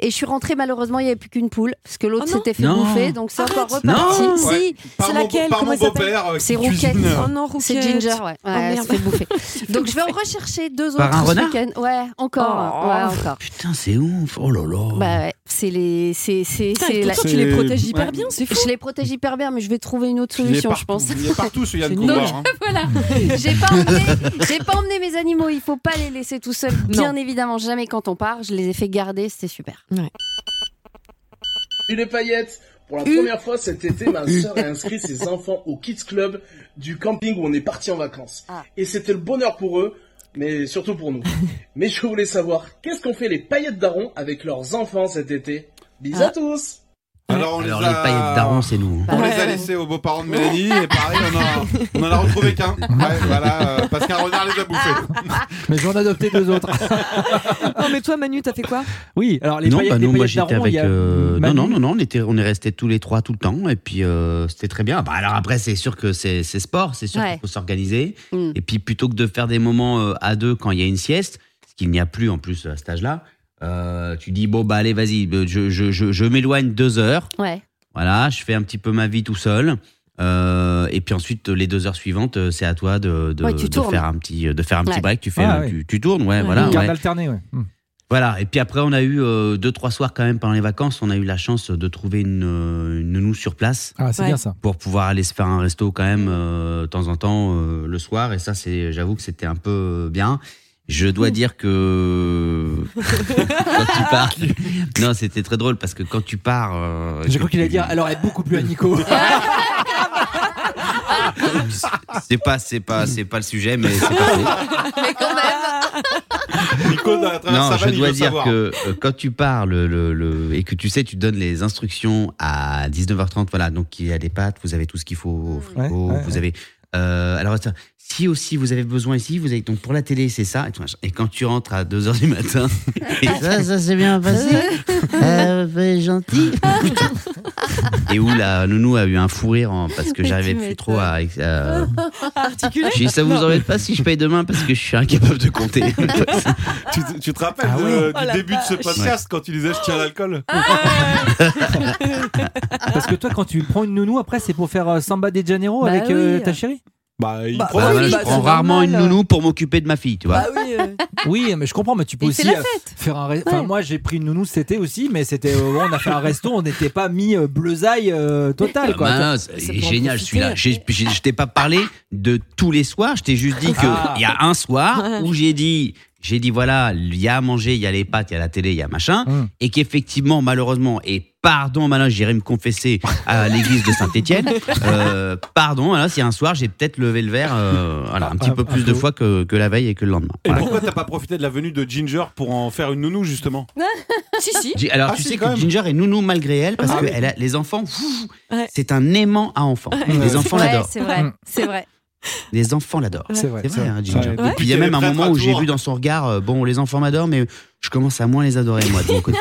S5: Et je suis rentrée malheureusement il n'y avait plus qu'une poule parce que l'autre
S7: Oh non.
S5: s'était fait
S7: Non.
S5: bouffer donc c'est encore
S7: Arrête.
S5: reparti.
S7: Non.
S5: Si,
S7: Ouais. Par
S5: c'est
S7: mon-
S5: laquelle
S7: par
S5: Comment
S7: mon
S5: elle s'appelle
S7: beau-père, euh,
S5: C'est
S7: qui
S5: Rouquette.
S7: cuisine. Oh non,
S5: C'est
S7: Rouquette.
S5: Ginger, ouais.
S7: Oh
S5: Ouais, elle
S7: merde.
S5: se fait bouffer. donc je vais en rechercher deux autres
S3: Par un
S5: ce
S3: renard
S5: week-end. Ouais, encore.
S3: Oh,
S5: ouais, encore.
S3: Putain, c'est ouf. Oh là là.
S5: Bah ouais, c'est les. C'est, c'est,
S7: Putain,
S5: c'est
S7: et pourtant, tu les C'est- protèges hyper ouais. bien,
S5: c'est fou. Je les protège hyper bien, mais je vais trouver une autre
S6: Il est
S5: solution,
S6: partout,
S5: je pense.
S6: il est partout, ce Yann
S5: Donc,
S6: Couvreur, hein.
S5: Voilà. J'ai pas, emmené, j'ai pas emmené mes animaux, il faut pas les laisser tout seuls. Bien évidemment, jamais quand on part. Je les ai fait garder, c'était super.
S12: Et les paillettes Pour la
S5: U.
S12: première fois cet été, ma soeur a inscrit ses enfants au Kids Club du camping où on est parti en vacances. Et c'était le bonheur pour eux, mais surtout pour nous. mais je voulais savoir, qu'est-ce qu'ont fait les paillettes daron avec leurs enfants cet été Bisous à tous
S6: Alors, on
S3: Alors,
S6: les,
S3: les
S6: a...
S3: paillettes daron, c'est
S7: Bah,
S3: nous. hein.
S6: On les a laissés aux beaux-parents de Mélanie et pareil, on en a, on en a retrouvé qu'un. Ouais, voilà, euh, parce qu'un renard les a bouffés.
S4: Mais j'en ai adopté deux autres.
S7: non, mais toi, Manu, t'as fait quoi
S4: Oui, alors les
S3: non,
S4: paillettes,
S3: bah
S4: les
S3: non, moi
S4: paillettes
S3: j'étais
S4: daron, il
S3: avec.
S4: y a
S3: euh, non,
S4: Manu.
S3: non, non, non, on était, on est restés tous les trois tout le temps et puis euh, c'était très bien. Bah alors après, c'est sûr que c'est c'est sport, c'est sûr
S5: Ouais.
S3: qu'il faut s'organiser.
S5: Mm.
S3: Et puis plutôt que de faire des moments euh, à deux quand il y a une sieste, ce qu'il n'y a plus en plus à cet âge-là, euh, tu dis bon bah allez vas-y, je, je, je, je m'éloigne deux heures.
S5: Ouais.
S3: Voilà, je fais un petit peu ma vie tout seul. Euh, et puis ensuite, les deux heures suivantes, euh, c'est à toi de, de,
S4: Ouais, tu
S3: de
S4: tournes.
S3: faire un petit, de faire un petit
S4: Ouais.
S3: break. Tu fais,
S4: Ah,
S3: euh,
S4: ouais.
S3: tu, tu tournes, ouais, voilà.
S4: Une garde
S3: ouais.
S4: alternée, ouais. Mm.
S3: Voilà, et puis après, on a eu euh, deux, trois soirs quand même pendant les vacances, on a eu la chance de trouver une, euh, une nounou sur place.
S4: Ah, c'est Ouais. bien ça.
S3: Pour pouvoir aller se faire un resto quand même euh, de temps en temps euh, le soir, et ça, c'est, j'avoue que c'était un peu euh, bien. Je dois dire que quand tu pars, non, c'était très drôle parce que quand tu pars, euh,
S4: J'ai cru qu'il allait dire, alors elle est beaucoup plus à Nico.
S3: c'est pas, c'est pas, c'est pas le sujet, mais c'est pas
S6: Nico, dans la traverse
S3: Non, je
S6: savane, il
S3: dois
S6: veut
S3: dire
S6: savoir.
S3: que euh, quand tu parles le, le- et que tu sais, tu donnes les instructions à 19h30, voilà, donc il y a des pâtes, vous avez tout ce qu'il faut au frigo,
S4: Ouais, ouais,
S3: vous
S4: ouais.
S3: avez... euh, alors, attends, si aussi vous avez besoin ici, vous avez donc pour la télé, c'est ça. et tout machin. Et quand tu rentres à 2h du matin, et ça, ça s'est bien passé. Euh, gentil. et où la nounou a eu un fou rire hein, parce que
S1: Mais
S3: j'arrivais
S1: tu
S3: plus trop à. euh,
S7: Articulé
S3: je dis, ça vous embête pas si je paye demain parce que je suis incapable de compter.
S6: tu, te- tu te rappelles de-
S3: ouais.
S6: du
S3: Oh la
S6: début de ce
S3: vache. Ah.
S6: podcast quand tu disais je tiens à l'alcool
S4: Parce que toi, quand tu prends une nounou, après, c'est pour faire euh, Samba de Janeiro
S7: Bah
S4: avec euh,
S7: oui.
S4: ta chérie
S6: Bah, il
S3: Bah, prend- bah oui, je bah, prends c'est rarement normal. une nounou pour m'occuper de ma fille, tu vois. Bah
S7: oui,
S4: mais je comprends, mais tu peux
S3: Il
S4: aussi
S3: fait la
S4: euh, faire un. re- Enfin, moi, j'ai pris une nounou, c'était aussi, mais c'était. euh, on a fait un resto, on n'était pas mis euh, bleusaille euh, total,
S3: Ah
S4: quoi.
S3: mince, il est génial celui-là. J'ai- j'ai- Je t'ai pas parlé de tous les soirs. Je t'ai juste dit qu'il
S4: Ah.
S3: y a un soir où j'ai dit, j'ai dit voilà, il y a à manger, il y a les pâtes, il y a la télé, il y a machin, et qu'effectivement, malheureusement, et pardon, maintenant j'irai me confesser à l'église de Saint-Étienne. euh, pardon, voilà, s'il y a un soir, j'ai peut-être levé le verre, euh, voilà, un petit peu plus de fois que, que la veille et que le lendemain.
S6: Et
S3: Voilà.
S6: pourquoi t'as pas profité de la venue de Ginger pour en faire une nounou justement
S7: si, si.
S3: Gi- Alors
S6: Ah,
S3: tu
S6: si,
S3: sais
S6: quand
S3: que
S6: même.
S3: Ginger est nounou malgré elle parce
S6: Ah
S3: que
S6: oui.
S3: elle a- les enfants, pfff,
S7: Ouais.
S3: c'est un aimant à enfants. Les enfants
S5: ouais,
S3: l'adorent.
S5: c'est vrai, c'est vrai.
S3: Les enfants l'adorent.
S5: C'est vrai,
S3: C'est vrai,
S4: c'est
S3: hein,
S4: vrai.
S3: Ginger.
S4: Ouais.
S3: Et puis il y a
S4: Ouais.
S3: même un
S4: Prêtre
S3: moment
S4: à
S3: où j'ai
S4: tour.
S3: vu dans son regard, euh, bon, les enfants m'adorent, mais je commence à moins les adorer, moi, de mon côté.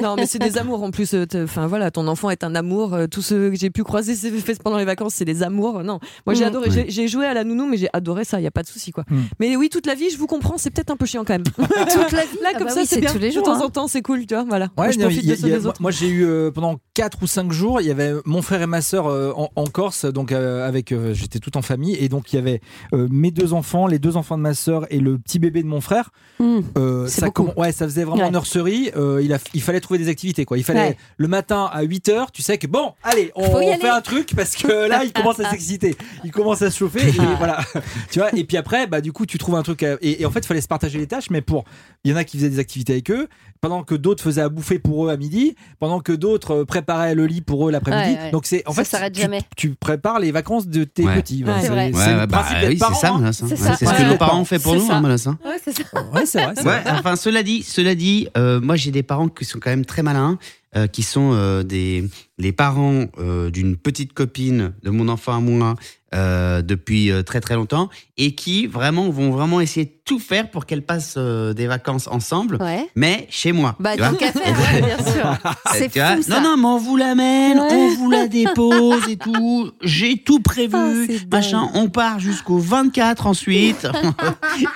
S7: Non, mais c'est des amours en plus. euh, t'es- Enfin voilà, ton enfant est un amour. euh, Tous ceux que j'ai pu croiser ses fesses pendant les vacances, c'est des amours. Non, moi j'ai
S4: Mm.
S7: adoré.
S4: Ouais.
S7: J'ai- J'ai joué à la nounou, mais j'ai adoré ça. Il y a pas de souci quoi.
S4: Mm.
S7: Mais oui, toute la vie, je vous comprends. C'est peut-être un peu chiant quand même. toute la vie. Là,
S5: Ah
S7: comme
S5: bah
S7: ça,
S5: oui,
S7: c'est
S5: c'est
S7: bien.
S5: tous les
S7: de
S5: jours,
S7: temps
S5: hein.
S7: en temps, c'est cool, tu vois. Voilà.
S4: Ouais,
S7: moi, je
S4: non,
S7: profite
S4: il y a-
S7: de ceux
S4: il y a-
S7: des
S4: moi,
S7: autres.
S4: moi, j'ai eu euh, pendant 4 ou 5 jours, il y avait mon frère et ma sœur euh, en, en Corse, donc euh, avec euh, j'étais tout en famille et donc il y avait euh, mes deux enfants, les deux enfants de ma sœur et le petit bébé de mon frère. Euh,
S1: Hmm. C'est
S4: ça
S1: beaucoup.
S4: comm- ouais, ça faisait vraiment
S1: Ouais.
S4: nursery. euh, il, a, il fallait trouver des activités quoi. Il fallait
S1: Ouais.
S4: le matin à 8 h tu sais que bon, allez, on,
S1: Faut y
S4: on
S1: aller.
S4: fait un truc parce que là il commence à s'exciter, il commence à se chauffer et voilà. tu vois. Et puis après, bah du coup tu trouves un truc à- et, et en fait il fallait se partager les tâches, mais pour il y en a qui faisaient des activités avec eux, pendant que d'autres faisaient à bouffer pour eux à midi, pendant que d'autres euh, préparaient le lit pour eux l'après-midi.
S5: Ouais, ouais.
S4: Donc c'est en
S5: Ça
S4: fait
S5: s'arrête
S4: tu-
S5: jamais.
S4: Tu prépares les vacances de tes petits. voilà.
S5: Ouais. C'est
S3: Ouais,
S5: vrai.
S4: le
S3: ouais, bah,
S4: principe d'être
S3: oui, c'est
S4: parent,
S3: ça,
S4: hein.
S3: Manas, hein. Ouais,
S5: C'est ça.
S3: C'est ce que
S5: Ouais.
S3: nos parents ont fait pour
S5: C'est
S3: nous,
S5: ça.
S3: hein, Manas, hein.
S5: Ouais, c'est
S13: c'est ça
S4: Ouais, c'est vrai. c'est
S3: Ouais,
S4: vrai.
S3: enfin, cela dit, cela dit euh, moi j'ai des parents qui sont quand même très malins, euh, qui sont euh, des, les parents euh, d'une petite copine de mon enfant à moi euh, depuis euh, très très longtemps et qui vraiment vont vraiment essayer de tout faire pour qu'elle passe euh, des vacances ensemble,
S13: Ouais.
S3: mais chez moi.
S13: Bah,
S3: tu vois.
S13: tant qu'à faire, ouais, bien sûr. C'est
S3: Tu vois,
S13: fou, ça.
S3: Non, non, mais on vous l'amène,
S13: Ouais.
S3: on vous la dépose et tout. J'ai tout prévu, machin. On part jusqu'au 24 ensuite.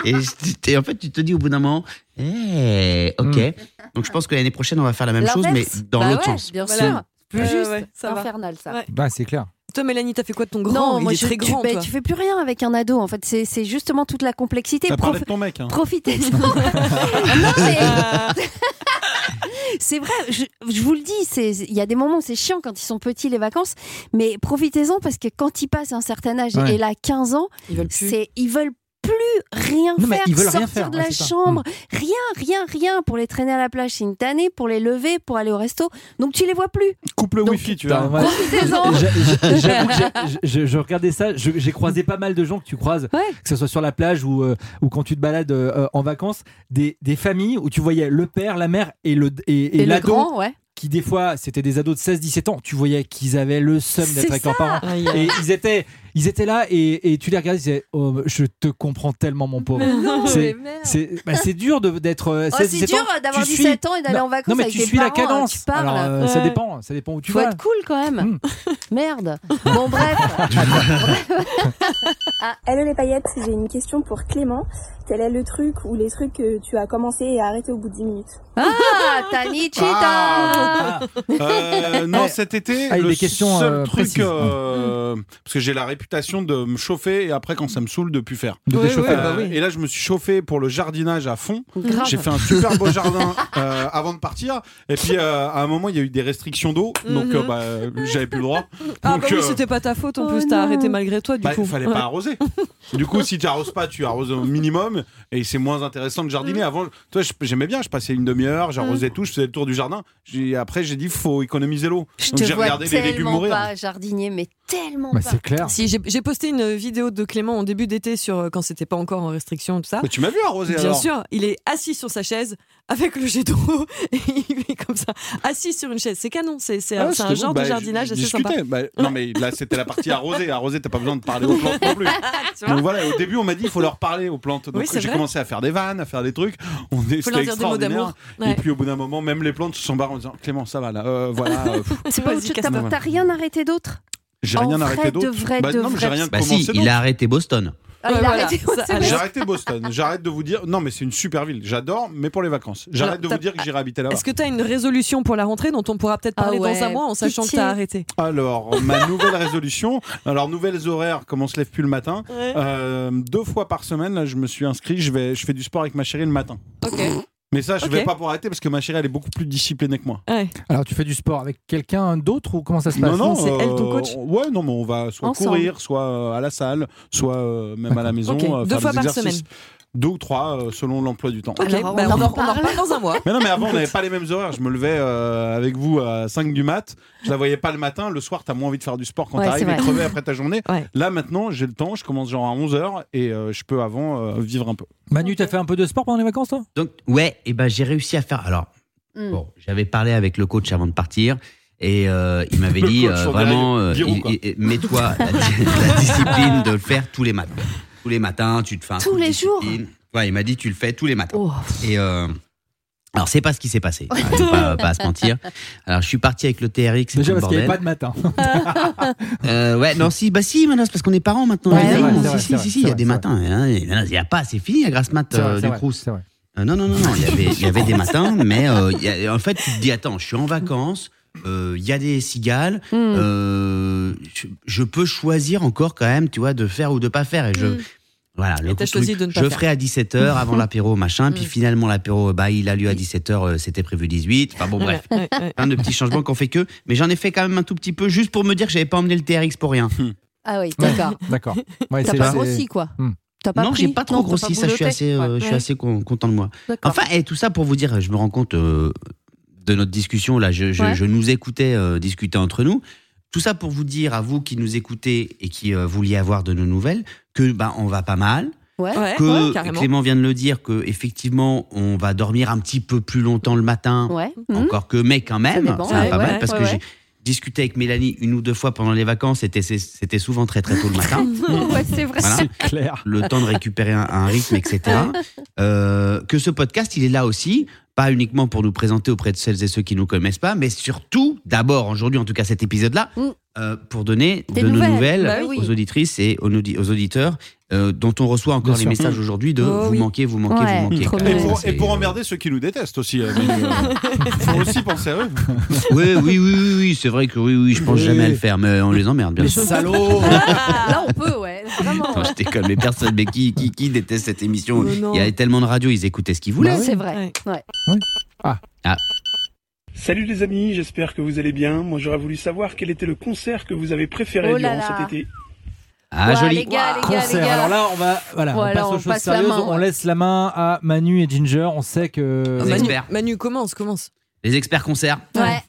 S3: et, je- t'es- en fait, tu te dis au bout d'un moment, Eh, ok. Donc je pense que l'année prochaine, on va faire la même chose, mais
S4: L'inverse.
S3: dans
S4: Bah
S3: l'autre
S4: ouais,
S3: sens.
S4: bien
S3: C'est-
S4: sûr.
S5: Plus
S7: Ouais,
S5: juste,
S7: ouais,
S5: c'est infernal Euh, ça.
S4: Bah, c'est clair.
S7: Toi, Mélanie, t'as fait quoi de ton grand
S5: Non,
S7: Il
S5: moi
S7: est
S5: je,
S7: très grand.
S5: tu, bah,
S7: toi.
S5: tu fais plus rien avec un ado en fait, c'est c'est justement toute la complexité.
S7: T'as parlé
S5: Prof-
S7: de ton mec, hein.
S5: Profitez. non mais
S7: Ah.
S5: c'est vrai, je, je vous le dis, c'est- il y a des moments où c'est chiant quand ils sont petits les vacances, mais profitez-en parce que quand ils passent un certain âge
S7: Ouais.
S5: et là 15 ans, c'est ils veulent plus rien
S7: Non, mais
S5: faire,
S7: ils veulent rien
S5: sortir
S7: faire,
S5: de
S7: ouais,
S5: la
S7: c'est ça. Mm.
S5: chambre, rien, rien, rien pour les traîner à la plage, c'est une tannée, pour les lever, pour aller au resto, donc tu les vois plus.
S6: Coupe le wifi, tu
S4: Putain,
S6: vois.
S4: ouais. J'a- j'a- J'avoue que j'ai- je, je regardais ça, je- j'ai croisé pas mal de gens que tu croises, que ce soit sur la plage ou, euh, ou quand tu te balades euh, euh, en vacances, des, des familles où tu voyais le père, la mère et le et, et
S5: Et le
S4: l'ado,
S5: grand, ouais.
S4: Qui des fois c'était des ados de 16-17 ans, tu voyais qu'ils avaient le seum
S5: C'est
S4: d'être avec leurs
S5: ça.
S4: parents.
S5: Aïe.
S4: Et ils étaient, ils étaient là et, et tu les regardais, ils disaient Oh, Je te comprends tellement, mon pauvre.
S5: Mais non,
S7: Oh,
S4: C'est-
S5: mais merde.
S4: C'est bah, c'est dur de- d'être euh,
S5: Oh,
S4: 16-17 ans.
S5: c'est dur d'avoir
S4: Tu
S5: 17 ans et d'aller
S4: Non,
S5: en vacances
S4: Non, mais
S5: avec
S4: tu
S5: tes
S4: suis la
S5: parents, hein,
S4: cadence.
S5: tu parles.
S4: Alors, euh, ça
S5: Ouais.
S4: dépend, ça dépend où tu Hmm.
S5: faut
S4: vas.
S5: être cool quand même. Merde. Bon bref.
S14: Hello les paillettes, j'ai une question pour Clément. Quel est le truc ou les trucs que tu as commencé et arrêté au bout de 10 minutes
S5: Ah, Tani Cheetah
S6: Euh, non, cet été,
S4: Ah, il y a
S6: le
S4: des questions,
S6: seul
S4: euh,
S6: truc,
S4: précises.
S6: euh, parce que j'ai la réputation de me chauffer et après quand ça me saoule de plus faire.
S4: De
S6: Euh,
S4: t'échauffer. bah oui.
S6: Et là, je me suis chauffé pour le jardinage à fond.
S4: Grave.
S6: J'ai fait un super beau jardin euh, avant de partir. Et puis euh, à un moment, il y a eu des restrictions d'eau, donc
S7: Mhm.
S6: euh, bah, euh, j'avais plus le droit.
S7: Ah
S6: donc,
S7: bah oui,
S6: euh,
S7: c'était pas ta faute en
S6: Oh
S7: plus, t'as
S6: non.
S7: arrêté malgré toi du
S6: bah,
S7: coup.
S6: il fallait
S7: Ouais.
S6: pas arroser. Du coup, si tu arroses pas, tu arroses au minimum et c'est moins intéressant de
S7: Mhm.
S6: jardiner. Avant, toi, je- j'aimais bien, je passais une demi-heure, j'arrosais tout, je faisais le tour du jardin. J'ai- Après, j'ai dit, faut économiser l'eau.
S5: Je
S6: Donc,
S5: te
S6: j'ai
S5: vois
S6: regardé les légumes
S5: tellement
S6: mourir.
S5: pas jardinier, mais tellement
S4: Bah,
S5: pas.
S7: Si j'ai j'ai posté une vidéo de Clément en début d'été sur euh, quand c'était pas encore en restriction tout ça.
S6: Mais tu m'as vu arroser,
S7: Bien
S6: alors.
S7: sûr, il est assis sur sa chaise avec le jet d'eau et il est comme ça assis sur une chaise. C'est canon, c'est c'est
S6: Ah,
S7: un- c'est
S6: c'était
S7: un
S6: beau.
S7: genre
S6: Bah,
S7: de
S6: je-
S7: jardinage
S6: je
S7: assez sympa.
S6: discutais. Bah, non, mais là, c'était la partie arrosée. Arrosée, t'as pas besoin de parler aux plantes non plus.
S7: Ah, Tu vois
S6: Donc voilà, au début, on m'a dit, il faut leur parler aux plantes. Donc
S7: Oui, c'est
S6: j'ai
S7: vrai.
S6: commencé à faire des vannes, à faire des trucs. On est,
S7: Faut
S6: c'était
S7: leur dire des mots
S6: extraordinaire.
S7: d'amour.
S6: Et
S7: Ouais.
S6: puis au bout d'un moment, même les plantes se sont barrées en disant, Clément, ça va là, euh, voilà. euh, pff,
S5: C'est pas-
S7: Vas-y,
S5: T'as
S6: casse-toi.
S5: t'as rien arrêté d'autre
S6: j'ai
S5: En
S6: rien
S5: vrai,
S6: arrêté d'autre.
S5: de vrai,
S6: Bah
S5: de
S6: non, mais j'ai
S5: vrai.
S6: rien
S3: Bah
S6: commencé
S3: si, il
S6: d'autre.
S3: a arrêté Boston.
S5: Ah, il a arrêté, ouais, c'est
S6: J'ai
S5: vrai.
S6: arrêté Boston. J'arrête de vous dire. Non, mais c'est une super ville. J'adore, mais pour les vacances. J'arrête de
S7: Alors,
S6: vous
S7: t'as-
S6: dire que j'irai habiter là-bas.
S7: Est-ce que t'as une résolution pour la rentrée dont on pourra peut-être
S5: Ah
S7: parler
S5: ouais,
S7: dans un mois en sachant
S5: pitié.
S7: que t'as arrêté
S6: Alors, ma nouvelle résolution. Alors, nouvelles horaires, comme on se lève plus le matin. Euh, deux fois par semaine, là, je me suis inscrit. Je, vais, je fais du sport avec ma chérie le matin. Mais ça, je
S7: Ok.
S6: vais pas pour arrêter parce que ma chérie, elle est beaucoup plus disciplinée que moi.
S4: Alors, tu fais du sport avec quelqu'un d'autre ou comment ça se
S7: Bah,
S4: passe
S6: Non, non, euh, on- Ouais, non, mais on va soit
S4: Ensemble.
S6: courir, soit euh, à la salle, soit euh, même à la maison.
S7: Ok.
S6: euh,
S7: Deux
S6: faire
S7: fois
S6: des
S7: par
S6: exercices.
S7: semaine.
S6: Deux ou trois euh, selon l'emploi du temps.
S7: Ok, bah, on, en reparle dans un mois.
S6: Mais non, mais avant, on n'avait pas les mêmes horaires. Je me levais euh, avec vous à 5 du mat. Je la voyais pas le matin. Le soir, t'as moins envie de faire du sport quand
S7: Ouais,
S6: t'arrives
S7: c'est
S6: et
S7: vrai.
S6: crevé après ta journée. Là, maintenant, j'ai le temps. Je commence genre à 11h et euh, je peux avant euh, vivre un peu.
S4: Manu, t'as fait un peu de sport pendant les vacances, toi
S3: Donc, ouais, et ben j'ai réussi à faire. Alors,
S4: Mm.
S3: bon, j'avais parlé avec le coach avant de partir. Et euh, il m'avait
S4: Le
S3: dit
S4: coach,
S3: euh,
S4: on dirait
S3: vraiment, euh,
S4: Giroud,
S3: il-
S4: quoi.
S3: il- il- mets-toi la, di- la discipline de le faire tous les matins. Tous les matins, tu te fais un
S5: Tous
S3: coup de
S5: les jours
S3: discipline. Ouais, il m'a dit tu le fais tous les matins.
S4: Oh.
S3: Et euh, alors c'est pas ce qui s'est passé. hein, faut pas, pas à se mentir. Alors je suis parti avec le TRX.
S4: Déjà parce qu'il n'y
S3: n'y
S4: avait pas de hein. matin.
S3: euh, ouais, non, si, bah si, maintenant, c'est parce qu'on est parents maintenant.
S4: Ouais,
S3: les
S4: c'est
S3: amis.
S4: vrai,
S3: si,
S4: c'est vrai,
S3: si, si,
S4: c'est vrai,
S3: si, il y
S4: c'est
S3: a des matins. hein, Il n'y a pas, c'est fini la grasse mat
S4: C'est vrai,
S3: euh,
S4: c'est
S3: du
S4: vrai,
S3: Crous.
S4: c'est vrai.
S3: Euh, non, non, non, non, il y avait- il y avait des matins, mais euh, il y a- en fait, tu te dis, attends, je suis en vacances, euh, il y a des cigales, euh, je, je peux choisir encore quand même, tu vois, de faire ou de pas faire. Et je. Voilà, le
S7: t'as
S3: coup,
S7: choisi
S3: truc,
S7: de ne pas
S3: je
S7: faire.
S3: ferai à 17h avant l'apéro, machin. Puis
S7: Mm.
S3: finalement, l'apéro, bah, il a lieu à 17h, euh, c'était prévu 18. Enfin bon, bref.
S7: Ouais, ouais, ouais.
S3: Plein de petits changements qu'on fait que. Mais j'en ai fait quand même un tout petit peu juste pour me dire que j'avais pas emmené le TRX pour rien.
S5: Ah oui, d'accord.
S4: D'accord.
S5: T'as pas grossi quoi
S4: hmm.
S5: T'as pas
S3: non,
S5: pris
S3: j'ai pas trop
S5: Non, t'as
S3: grossi, ça je suis
S5: bouloté
S3: assez, euh,
S5: Ouais.
S3: je suis assez con- content de moi.
S5: D'accord.
S3: Enfin, et tout ça pour vous dire, je me rends compte euh, de notre discussion là, je, je-
S5: Ouais.
S3: je nous écoutais euh, discuter entre nous. Tout ça pour vous dire à vous qui nous écoutez et qui euh, vouliez avoir de nos nouvelles que bah on va pas mal.
S5: Eh, Ouais,
S3: que Clément vient de le dire que effectivement on va dormir un petit peu plus longtemps le matin
S5: Ouais. Mhm.
S3: encore que mais quand même
S5: dépend.
S3: c'est pas
S5: Ouais,
S3: mal
S5: ouais,
S3: parce
S5: ouais,
S3: que
S5: ouais.
S3: j'ai discuté avec Mélanie une ou deux fois pendant les vacances c'était c'est- c'était souvent très très tôt le matin
S5: ouais, c'est vrai.
S3: Voilà. le temps de récupérer un, un rythme etc Euh, que ce podcast il est là aussi pas uniquement pour nous présenter auprès de celles et ceux qui nous connaissent pas mais surtout d'abord aujourd'hui en tout cas cet épisode là euh, pour donner
S5: Mm. Des
S3: de
S5: nouvelles.
S3: nos nouvelles
S5: Bah oui.
S3: aux auditrices et aux, audi- aux auditeurs euh, dont on reçoit encore
S6: Bien
S3: les
S6: sûr.
S3: messages
S6: Mmh.
S3: aujourd'hui de
S6: Oh
S3: vous
S6: oui.
S3: manquez, vous manquez,
S6: Ouais,
S3: vous manquez.
S6: trop
S3: Ça,
S6: Et pour-
S3: c'est-
S6: et pour emmerder ceux qui nous détestent aussi. euh, mais, euh, faut aussi penser à eux.
S3: oui, oui, oui, oui, oui, c'est vrai que oui, oui, je pense
S6: Oui.
S3: jamais à le faire, mais on les emmerde bien sûr.
S5: Là, on peut, ouais. Vraiment.
S3: Non, je déconne, mais personne, mais qui, qui, qui déteste cette émission
S5: Mais
S3: Il
S5: Oh non.
S3: y avait tellement de radios, ils écoutaient ce qu'ils
S4: Bah
S3: voulaient.
S5: C'est vrai. Ouais.
S3: Ah,
S9: Salut les amis, j'espère que vous allez bien. Moi j'aurais voulu savoir quel était le concert que vous avez préféré
S5: Oh là
S9: durant
S5: là.
S9: cet été.
S3: Ah,
S5: Ouah, joli. les gars, les gars, les
S4: Concert.
S5: gars.
S4: Alors là, on va, voilà,
S5: Voilà,
S4: on passe aux
S5: on
S4: choses
S5: passe la
S4: sérieuses.
S5: main,
S4: On laisse la main à Manu et Ginger. On sait que.
S3: Les experts.
S7: Ah, Manu, commence, commence.
S3: les experts concerts.
S5: Ouais.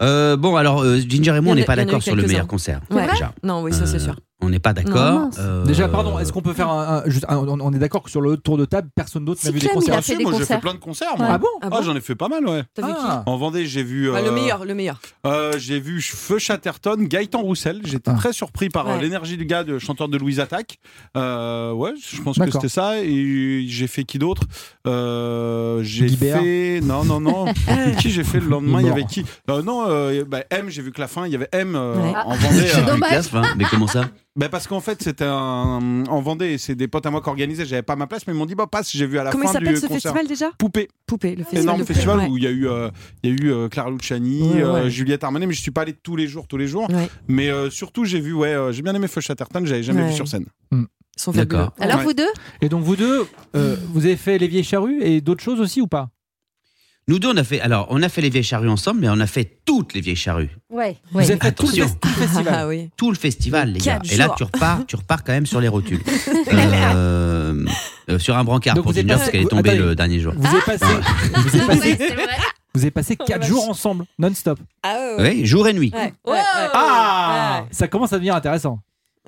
S3: Euh, bon, alors, euh, Ginger et
S7: Il y en
S3: moi, on n'est
S7: a-
S3: pas
S7: il y en a eu
S3: d'accord sur le
S7: quelques-uns.
S3: meilleur concert.
S7: Ouais.
S3: Déjà.
S7: Non, oui, ça c'est
S3: Euh,
S6: Ah.
S7: sûr.
S3: On n'est pas
S7: Non,
S3: d'accord.
S7: mince.
S3: Euh,
S4: Déjà, pardon, est-ce qu'on peut faire un. un- juste un- on on est d'accord que sur le tour de table, personne d'autre
S5: Si
S4: n'a vu des
S5: Clem, il
S4: concerts
S5: a fait
S6: Si,
S5: des
S6: moi j'ai
S5: concerts.
S6: fait plein de concerts. moi.
S5: Ouais. Ah bon
S6: Ah, j'en ai fait pas mal, ouais.
S7: T'as vu
S4: Ah.
S7: qui
S6: En Vendée, j'ai vu.
S7: Ah, Le
S6: euh,
S7: meilleur, le meilleur.
S6: Euh, j'ai vu Feu Chatterton, Gaëtan Roussel. J'étais
S4: Ah.
S6: très surpris par euh,
S7: Ouais.
S6: l'énergie du gars, de chanteur de Louise Attaque. Euh, ouais, je pense que
S4: D'accord.
S6: c'était ça. Et j'ai fait qui d'autre Euh, J'ai
S4: Guy Béard.
S6: fait. Non, non, non. qui j'ai fait le lendemain Il y
S4: Mort.
S6: avait qui Euh, Non, euh, bah, M, j'ai vu que la fin, il y avait M euh,
S3: Ouais.
S6: en Vendée.
S4: Ah.
S3: J'ai
S6: euh,
S3: vu Clasp, hein, mais comment ça
S6: ben parce qu'en fait, c'était un... en Vendée, c'est des potes à moi qui organisaient, j'avais pas ma place, mais ils m'ont dit, bah passe, j'ai vu à la
S7: Comment il
S6: fin du
S7: s'appelle ce
S6: concert.
S7: festival déjà
S6: Poupée.
S7: Poupée, le festival.
S6: Énorme
S7: de
S6: festival
S7: Poupée.
S6: où il y a eu, euh, il y a eu euh, Clara Luciani,
S7: Ouais,
S6: euh,
S7: ouais.
S6: Juliette Armanet, mais je suis pas allé tous les jours, tous les jours.
S7: Ouais.
S6: Mais euh, surtout, j'ai vu, ouais, euh, j'ai bien aimé Feu Chatterton, j'avais jamais
S7: Ouais.
S6: vu sur scène.
S7: Ils sont fabuleux.
S3: D'accord.
S5: Alors,
S6: Ouais.
S5: vous deux
S4: Et donc, vous deux, euh, vous avez fait Les Vieilles Charrues et d'autres choses aussi ou pas
S3: Nous deux, on a fait. Alors, on a fait les vieilles charrues ensemble, mais on a fait toutes les vieilles charrues.
S5: Ouais.
S4: Vous avez fait tout le
S3: Attention.
S4: fest- tout le festival.
S7: Ah oui.
S3: tout le festival, les gars.
S7: Quatre
S3: Et là,
S7: jours.
S3: tu repars, tu repars quand même sur les rotules. Euh, euh, sur un brancard
S4: Donc
S3: pour
S4: vous êtes
S3: Ginger,
S4: pas-
S3: parce qu'elle est
S4: vous-
S3: tombée
S4: attendez.
S3: le dernier jour.
S4: Vous avez passé, vous avez passé,
S5: Ah,
S4: vous avez passé
S7: Oh,
S4: 4
S7: vache.
S4: jours ensemble, non-stop.
S7: Ah ouais, ouais.
S3: Oui, jour et nuit.
S7: Ouais, ouais, ouais.
S4: Ah Ça commence à devenir intéressant.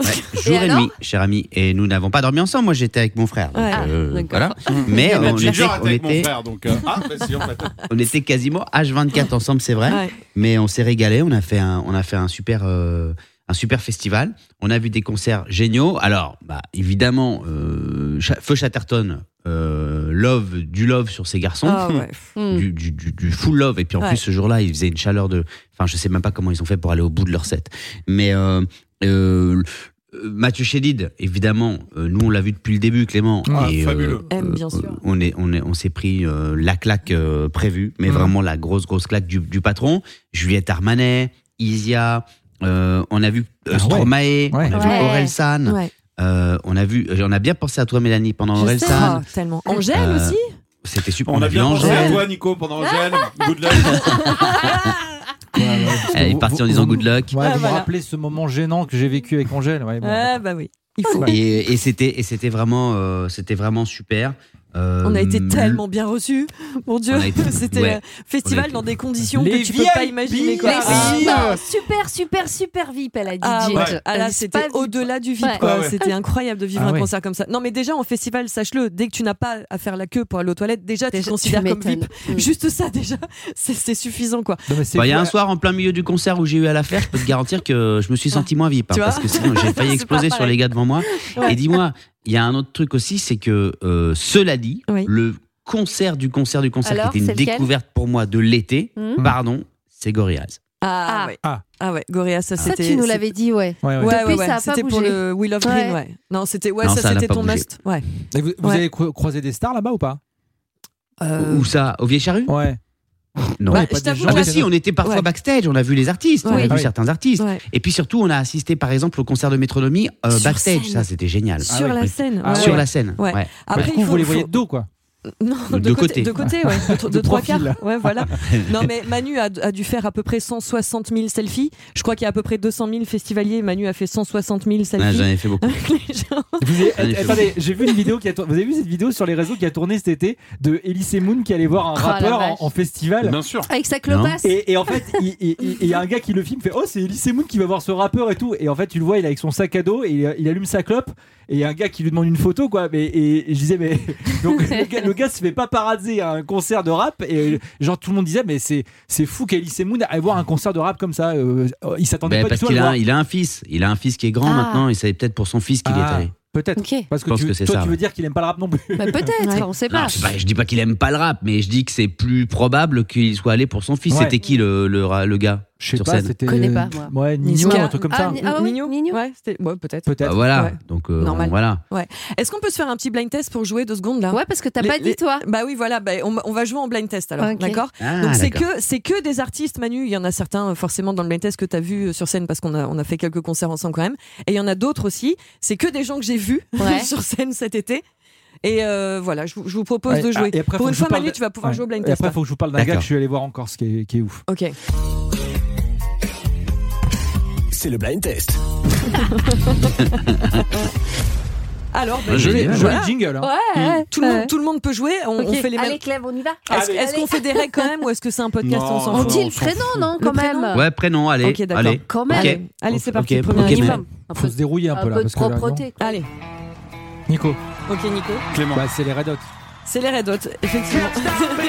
S3: Ouais, jour et,
S5: alors
S3: nuit, cher ami. Et nous n'avons pas dormi ensemble. Moi, j'étais avec mon frère. donc,
S7: Ouais.
S3: euh,
S7: Ah, d'accord.
S3: voilà. Mais
S6: Et
S3: euh,
S6: même
S3: on
S6: Ginger
S3: était,
S6: était
S3: on,
S6: avec mon
S3: était,
S6: frère, donc. euh, ah, bah si, en fait.
S3: on était quasiment H24 ensemble, c'est vrai.
S7: Ouais.
S3: Mais on s'est régalé. On a fait un, on a fait un super. euh, un super festival. On a vu des concerts géniaux. Alors, bah, évidemment, euh, Cha- Feu Chatterton, euh, love, du love sur ces
S5: Hein
S3: garçons.
S7: Ah ouais.
S3: du, du- du- du full love. Et puis en
S7: Ouais.
S3: plus, ce jour-là, il faisait une chaleur de. Enfin, je sais même pas comment ils ont fait pour aller au bout de leur set. Mais euh, euh, euh, Mathieu Chédid, évidemment, euh, nous on l'a vu depuis le début, Clément.
S6: Ouais,
S3: euh,
S6: fabuleux.
S7: M, bien sûr.
S3: on est, on est, on s'est pris euh, la claque euh, prévue,
S6: Mm.
S3: mais vraiment la grosse, grosse claque du, du patron. Juliette Armanet, Isia. euh, on a vu euh,
S4: Ah ouais.
S3: Stromae, on a vu
S5: Ouais.
S3: Aurel San,
S7: Ouais.
S3: euh, on a vu, on a bien pensé à toi Mélanie pendant
S7: Je
S3: Aurel
S7: sais.
S3: San,
S7: Ah, tellement. Angèle
S3: Euh,
S7: aussi
S3: c'était super.
S6: On a
S3: vu
S6: bien pensé à
S3: Angèle.
S6: toi, Nico, pendant Angèle. Good luck.
S3: Elle est
S4: Vous-
S3: partie en
S4: vous-
S3: disant
S4: vous-
S3: good luck.
S4: Ouais,
S7: Ah,
S4: vous
S7: voilà.
S4: me rappelez ce moment gênant que j'ai vécu avec Angèle. Ouais, bon.
S7: Ah bah oui. Il faut.
S3: Et, et c'était et c'était vraiment euh, c'était vraiment super. Euh,
S7: On a été
S3: le-
S7: tellement bien reçus. Mon Dieu,
S3: On a été-
S7: c'était
S3: ouais.
S7: euh, festival
S3: On a été-
S7: dans des conditions
S4: Les
S7: que tu peux pas
S4: VIP,
S7: imaginer. Quoi.
S4: les
S7: Ah,
S4: VIP.
S5: Non, Bah, super, super, super VIP, elle a dit.
S7: Ah
S5: Jade.
S7: ouais.
S5: Elle
S7: Ah là,
S5: dit,
S7: c'était
S5: pas VIP.
S7: au-delà du vide.
S5: Ouais.
S7: quoi.
S6: Ah ouais.
S7: C'était incroyable de vivre
S4: Ah
S7: un
S4: ouais.
S7: concert comme ça. Non, mais déjà en festival, sache-le, dès que tu n'as pas à faire la queue pour aller aux toilettes, déjà tu te
S5: Déjà,
S7: considères
S5: tu
S7: comme VIP.
S5: m'étonnes. Mm.
S7: Juste ça, déjà, c'est- c'est suffisant quoi.
S4: Non, mais c'est
S3: Bah, Il y a
S4: fou,
S3: un soir en plein milieu du concert où j'ai eu à la faire, je peux te garantir que je me suis senti moins VIP. hein,
S7: Tu vois
S3: parce que sinon j'ai failli
S7: C'est
S3: exploser
S7: pas
S3: sur les gars devant moi.
S7: Ouais.
S3: Et dis-moi, il y a un autre truc aussi, c'est que euh, cela dit,
S7: Oui.
S3: le concert du concert du concert
S5: Alors,
S3: qui était
S5: c'est
S3: une
S5: lequel
S3: découverte pour moi de l'été,
S5: Hmm
S3: pardon, c'est Gorillaz.
S7: Ah,
S5: Ah.
S7: ouais.
S4: Ah.
S7: Ah ouais, Gorilla, ça
S5: Ça,
S7: c'était.
S5: tu nous
S7: c'est-
S5: l'avais dit, ouais.
S4: Ouais, ouais.
S7: Ouais,
S5: Depuis,
S7: ouais, ouais.
S5: ça a pas
S7: C'était pour
S5: bougé.
S7: le We Love Green,
S5: Ouais.
S7: ouais. Non, c'était ouais,
S3: Non,
S7: ça,
S3: ça n'a
S7: c'était
S3: pas
S7: ton
S3: bougé.
S7: must. Ouais.
S4: Et vous vous
S7: Ouais.
S4: avez cro- croisé des stars là-bas ou pas
S7: Euh,
S3: Où ça Au Vieux Charru
S4: Ouais.
S3: Non.
S7: Bah,
S4: Il y a pas
S7: je
S4: des
S7: t'avoue
S4: gens
S3: ah
S7: que-
S3: bah
S4: qui-
S3: si, on était parfois
S7: Ouais.
S3: backstage, on a vu les artistes, on a
S7: Ouais.
S3: vu
S4: Ah oui.
S3: certains artistes.
S7: ouais.
S3: Et puis surtout, on a assisté par exemple au concert de Métronomie euh,
S7: Sur
S3: backstage.
S7: scène.
S3: Ça, c'était génial.
S4: Ah
S7: Sur
S4: ouais.
S7: la scène.
S4: Ah
S7: ouais.
S3: Sur
S4: ouais.
S3: la scène.
S7: Ouais.
S3: ouais.
S4: Bah,
S7: Après,
S4: du coup,
S7: il faut,
S4: vous les
S7: faut-
S4: voyez de dos quoi.
S7: Non,
S3: De
S7: de,
S3: côté.
S7: côté. De côté, ouais. De, tro- de
S4: De
S7: trois
S4: profil.
S7: quarts. Ouais, voilà. Non, mais Manu a, a dû faire à peu près 160 000 selfies. Je crois qu'il y a à peu près 200 000 festivaliers. Manu a fait 160 000
S3: Ouais,
S4: Ah,
S7: selfies.
S3: J'en ai fait beaucoup.
S7: Avec les gens.
S5: Ah
S4: Vous avez-
S3: Allez, fais-le.
S4: attendez, j'ai vu une vidéo qui a tour- Vous avez vu cette vidéo sur les réseaux qui a tourné cet été de Elise Moon qui allait voir un
S5: Oh, la
S4: rappeur en,
S5: vache.
S4: en festival.
S6: Bien sûr.
S5: Avec sa clopasse.
S4: Et, et en fait, il il- il- il y a un gars qui le filme, fait Oh, c'est Elise Moon qui va voir ce rappeur et tout. Et en fait, tu le vois, il est avec son sac à dos et il, il allume sa clope. et il y a un gars qui lui demande une photo, quoi. Mais, et, et je disais, mais. Donc, le, gars, le gars se fait paparazer à un concert de rap. Et euh, genre, tout le monde disait, mais c'est c'est fou qu'Elise Moon aille voir un concert de rap comme ça. euh, euh, il s'attendait
S3: Ben,
S4: pas
S3: parce
S4: du tout à
S3: qu'il
S4: le
S3: a,
S4: voir.
S3: un- il a un fils. Il a un fils qui est grand
S4: Ah.
S3: maintenant et c'est peut-être pour son fils qu'il est
S4: Ah,
S3: allé.
S4: Peut-être. Parce
S3: Je
S4: que,
S3: pense
S4: tu,
S3: que c'est
S4: toi,
S3: ça,
S4: tu
S3: ouais.
S4: veux dire qu'il aime pas le rap non plus.
S5: Bah, peut-être, on sait pas.
S3: Non, c'est pas- je dis pas qu'il aime pas le rap, mais je dis que c'est plus probable qu'il soit allé pour son fils. C'était qui le, le, ra- le gars
S4: Je
S3: sur
S4: pas,
S3: scène Bah,
S4: c'était- Connais pas, moi. Ouais, Nino,
S7: Niska.
S4: un truc comme
S7: Ah,
S4: ça.
S7: Ni- Ah, oui, Nino Ouais, c'était- ouais, peut-être.
S3: Bah,
S4: Ah
S3: voilà. Donc, euh,
S7: Normal.
S3: voilà.
S7: Ouais. Est-ce qu'on peut se faire un petit blind test pour jouer deux secondes là
S5: Ouais, parce que t'as pas dit, toi.
S7: Bah oui, voilà. bah, on, on va jouer en blind test alors,
S5: Ok.
S7: d'accord.
S5: Ah,
S7: Donc c'est
S5: d'accord.
S7: que c'est que des artistes, Manu. Il y en a certains euh, forcément dans le blind test que t'as vu euh, sur scène parce qu'on a on a fait quelques concerts ensemble quand même. Et il y en a d'autres aussi. C'est que des gens que j'ai vus
S5: Ouais.
S7: sur scène cet été. Et euh, voilà, je, vous- je vous propose
S4: Ouais,
S7: de jouer.
S4: ah, et après, faut
S7: pour
S4: que
S7: une
S4: je vous
S7: fois,
S4: parle
S7: Manu,
S4: de-
S7: tu vas pouvoir
S4: ouais.
S7: jouer au blind
S4: Et
S7: test.
S4: après, il
S7: hein.
S4: faut que je vous parle d'un gars
S3: D'accord.
S4: que je suis allé voir en Corse qui est, qui est ouf.
S7: Ok.
S15: C'est le blind test.
S7: Alors,
S4: Bah, joli, joli jingle, hein.
S7: Ouais,
S4: Mm.
S7: tout, le
S4: Ouais.
S7: monde, tout le monde peut jouer. On,
S5: Ok.
S7: on fait les mêmes.
S5: Allez, Clem, on y va.
S7: Est-ce
S5: Allez.
S7: est-ce qu'on fait des règles quand même ou est-ce que c'est un podcast
S3: Non,
S7: On s'en
S3: non,
S7: fout.
S3: on dit le
S5: prénom, non, quand même
S3: Ouais, prénom, allez.
S7: Ok, d'accord.
S3: allez.
S5: Quand même.
S3: Ok.
S5: Allez, allez, c'est parti,
S3: Ok,
S5: premier
S3: ok,
S5: minimum.
S3: mais-
S4: Faut se dérouiller un, peu là.
S5: peu de
S4: parce que là,
S5: propreté. quoi.
S7: Allez,
S4: non. Nico.
S7: ok Nico.
S4: Clément. Bah, c'est les Red Hot.
S7: C'est les Red Hot, effectivement.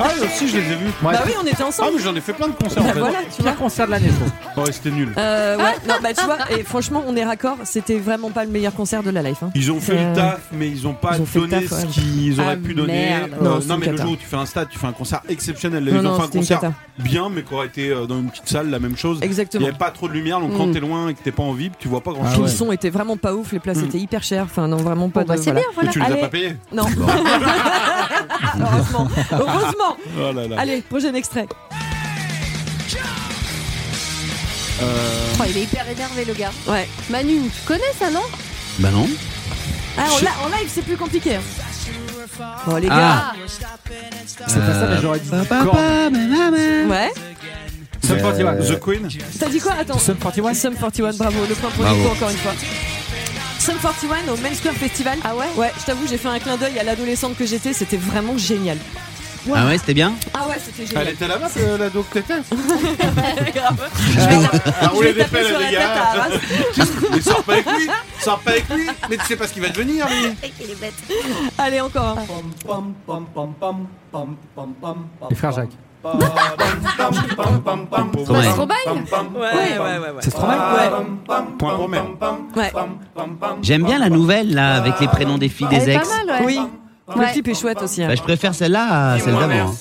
S6: Ah, oui, aussi, je les ai vus.
S7: Bah oui, on était ensemble.
S6: Ah, mais j'en ai fait plein de concerts en
S7: Bah
S6: fait.
S7: voilà, tu vois.
S4: concert de l'année, je trouve.
S6: Ouais, c'était nul.
S7: Euh, ouais, non, bah tu vois, et franchement, on est raccord, c'était vraiment pas le meilleur concert de la life. hein.
S6: Ils ont fait
S7: Euh,
S6: le taf, mais ils ont pas
S7: ils ont fait le
S6: donné
S7: taf,
S6: ce
S7: ouais.
S6: qu'ils auraient
S7: Ah,
S6: pu donner.
S7: merde.
S6: Euh,
S7: Non,
S6: non,
S7: c'était
S6: mais
S7: une
S6: le
S7: cata.
S6: jour où tu fais un stade, tu fais un concert exceptionnel. Là, ils
S7: Non,
S6: ont
S7: non,
S6: fait un
S7: c'était une
S6: concert
S7: cata.
S6: bien, mais qui aurait été euh, dans une petite salle, la même chose.
S7: Exactement.
S6: Il n'y avait pas trop de lumière, donc quand
S7: Mm.
S6: t'es loin et que t'es pas en VIP, tu vois pas grand
S7: Puis le
S6: chose.
S7: son était vraiment pas ouf, les places
S6: Ah Mm.
S7: étaient hyper chères, enfin non, vraiment pas
S6: Bon, bah,
S7: de.
S6: c'est bien, voilà. Mais tu les as pas payés
S7: Non. Heureusement. Heureusement.
S6: Oh là là.
S7: Allez, prochain extrait.
S6: Euh,
S5: Oh, il est hyper énervé, le gars.
S7: Ouais.
S5: Manu, tu connais ça, non
S3: Bah non.
S7: Ah, en,
S3: Je-
S7: la- en live, c'est plus compliqué. hein. Bon, les
S3: Ah.
S7: gars.
S3: C'est pas ça, mais j'aurais dit
S7: Ouais.
S6: Sum 41,
S3: Euh,
S6: The Queen
S7: T'as dit quoi Attends. Sum 41 Sum 41, bravo. Le point pour
S6: Bravo.
S7: Nico, encore une fois. Sum 41 au Main Square Festival. Ah ouais Ouais, je t'avoue, j'ai fait un clin d'œil à l'adolescente que j'étais, c'était vraiment génial.
S3: Ah ouais, c'était bien
S7: Ah ouais, c'était génial.
S6: Elle était là-bas, euh, la doc t'étais
S7: Elle
S6: roulait des pelles,
S7: sur
S6: Ah, les
S7: la tête à
S6: gars
S7: Arras.
S6: Mais sors pas avec lui Sors pas avec lui Mais tu sais pas ce qu'il va devenir, lui
S7: Allez, encore un.
S4: Les frères Jacques.
S7: C'est
S3: Ouais.
S7: Stromae Ouais, ouais, ouais. ouais.
S4: C'est Stromae
S7: Ouais.
S6: Point pour merde.
S7: Ouais.
S3: J'aime bien la nouvelle, là, avec les prénoms des filles des ex.
S7: Oui. Le clip est chouette aussi. hein.
S3: Bah, je préfère celle-là à celle d'avant. hein.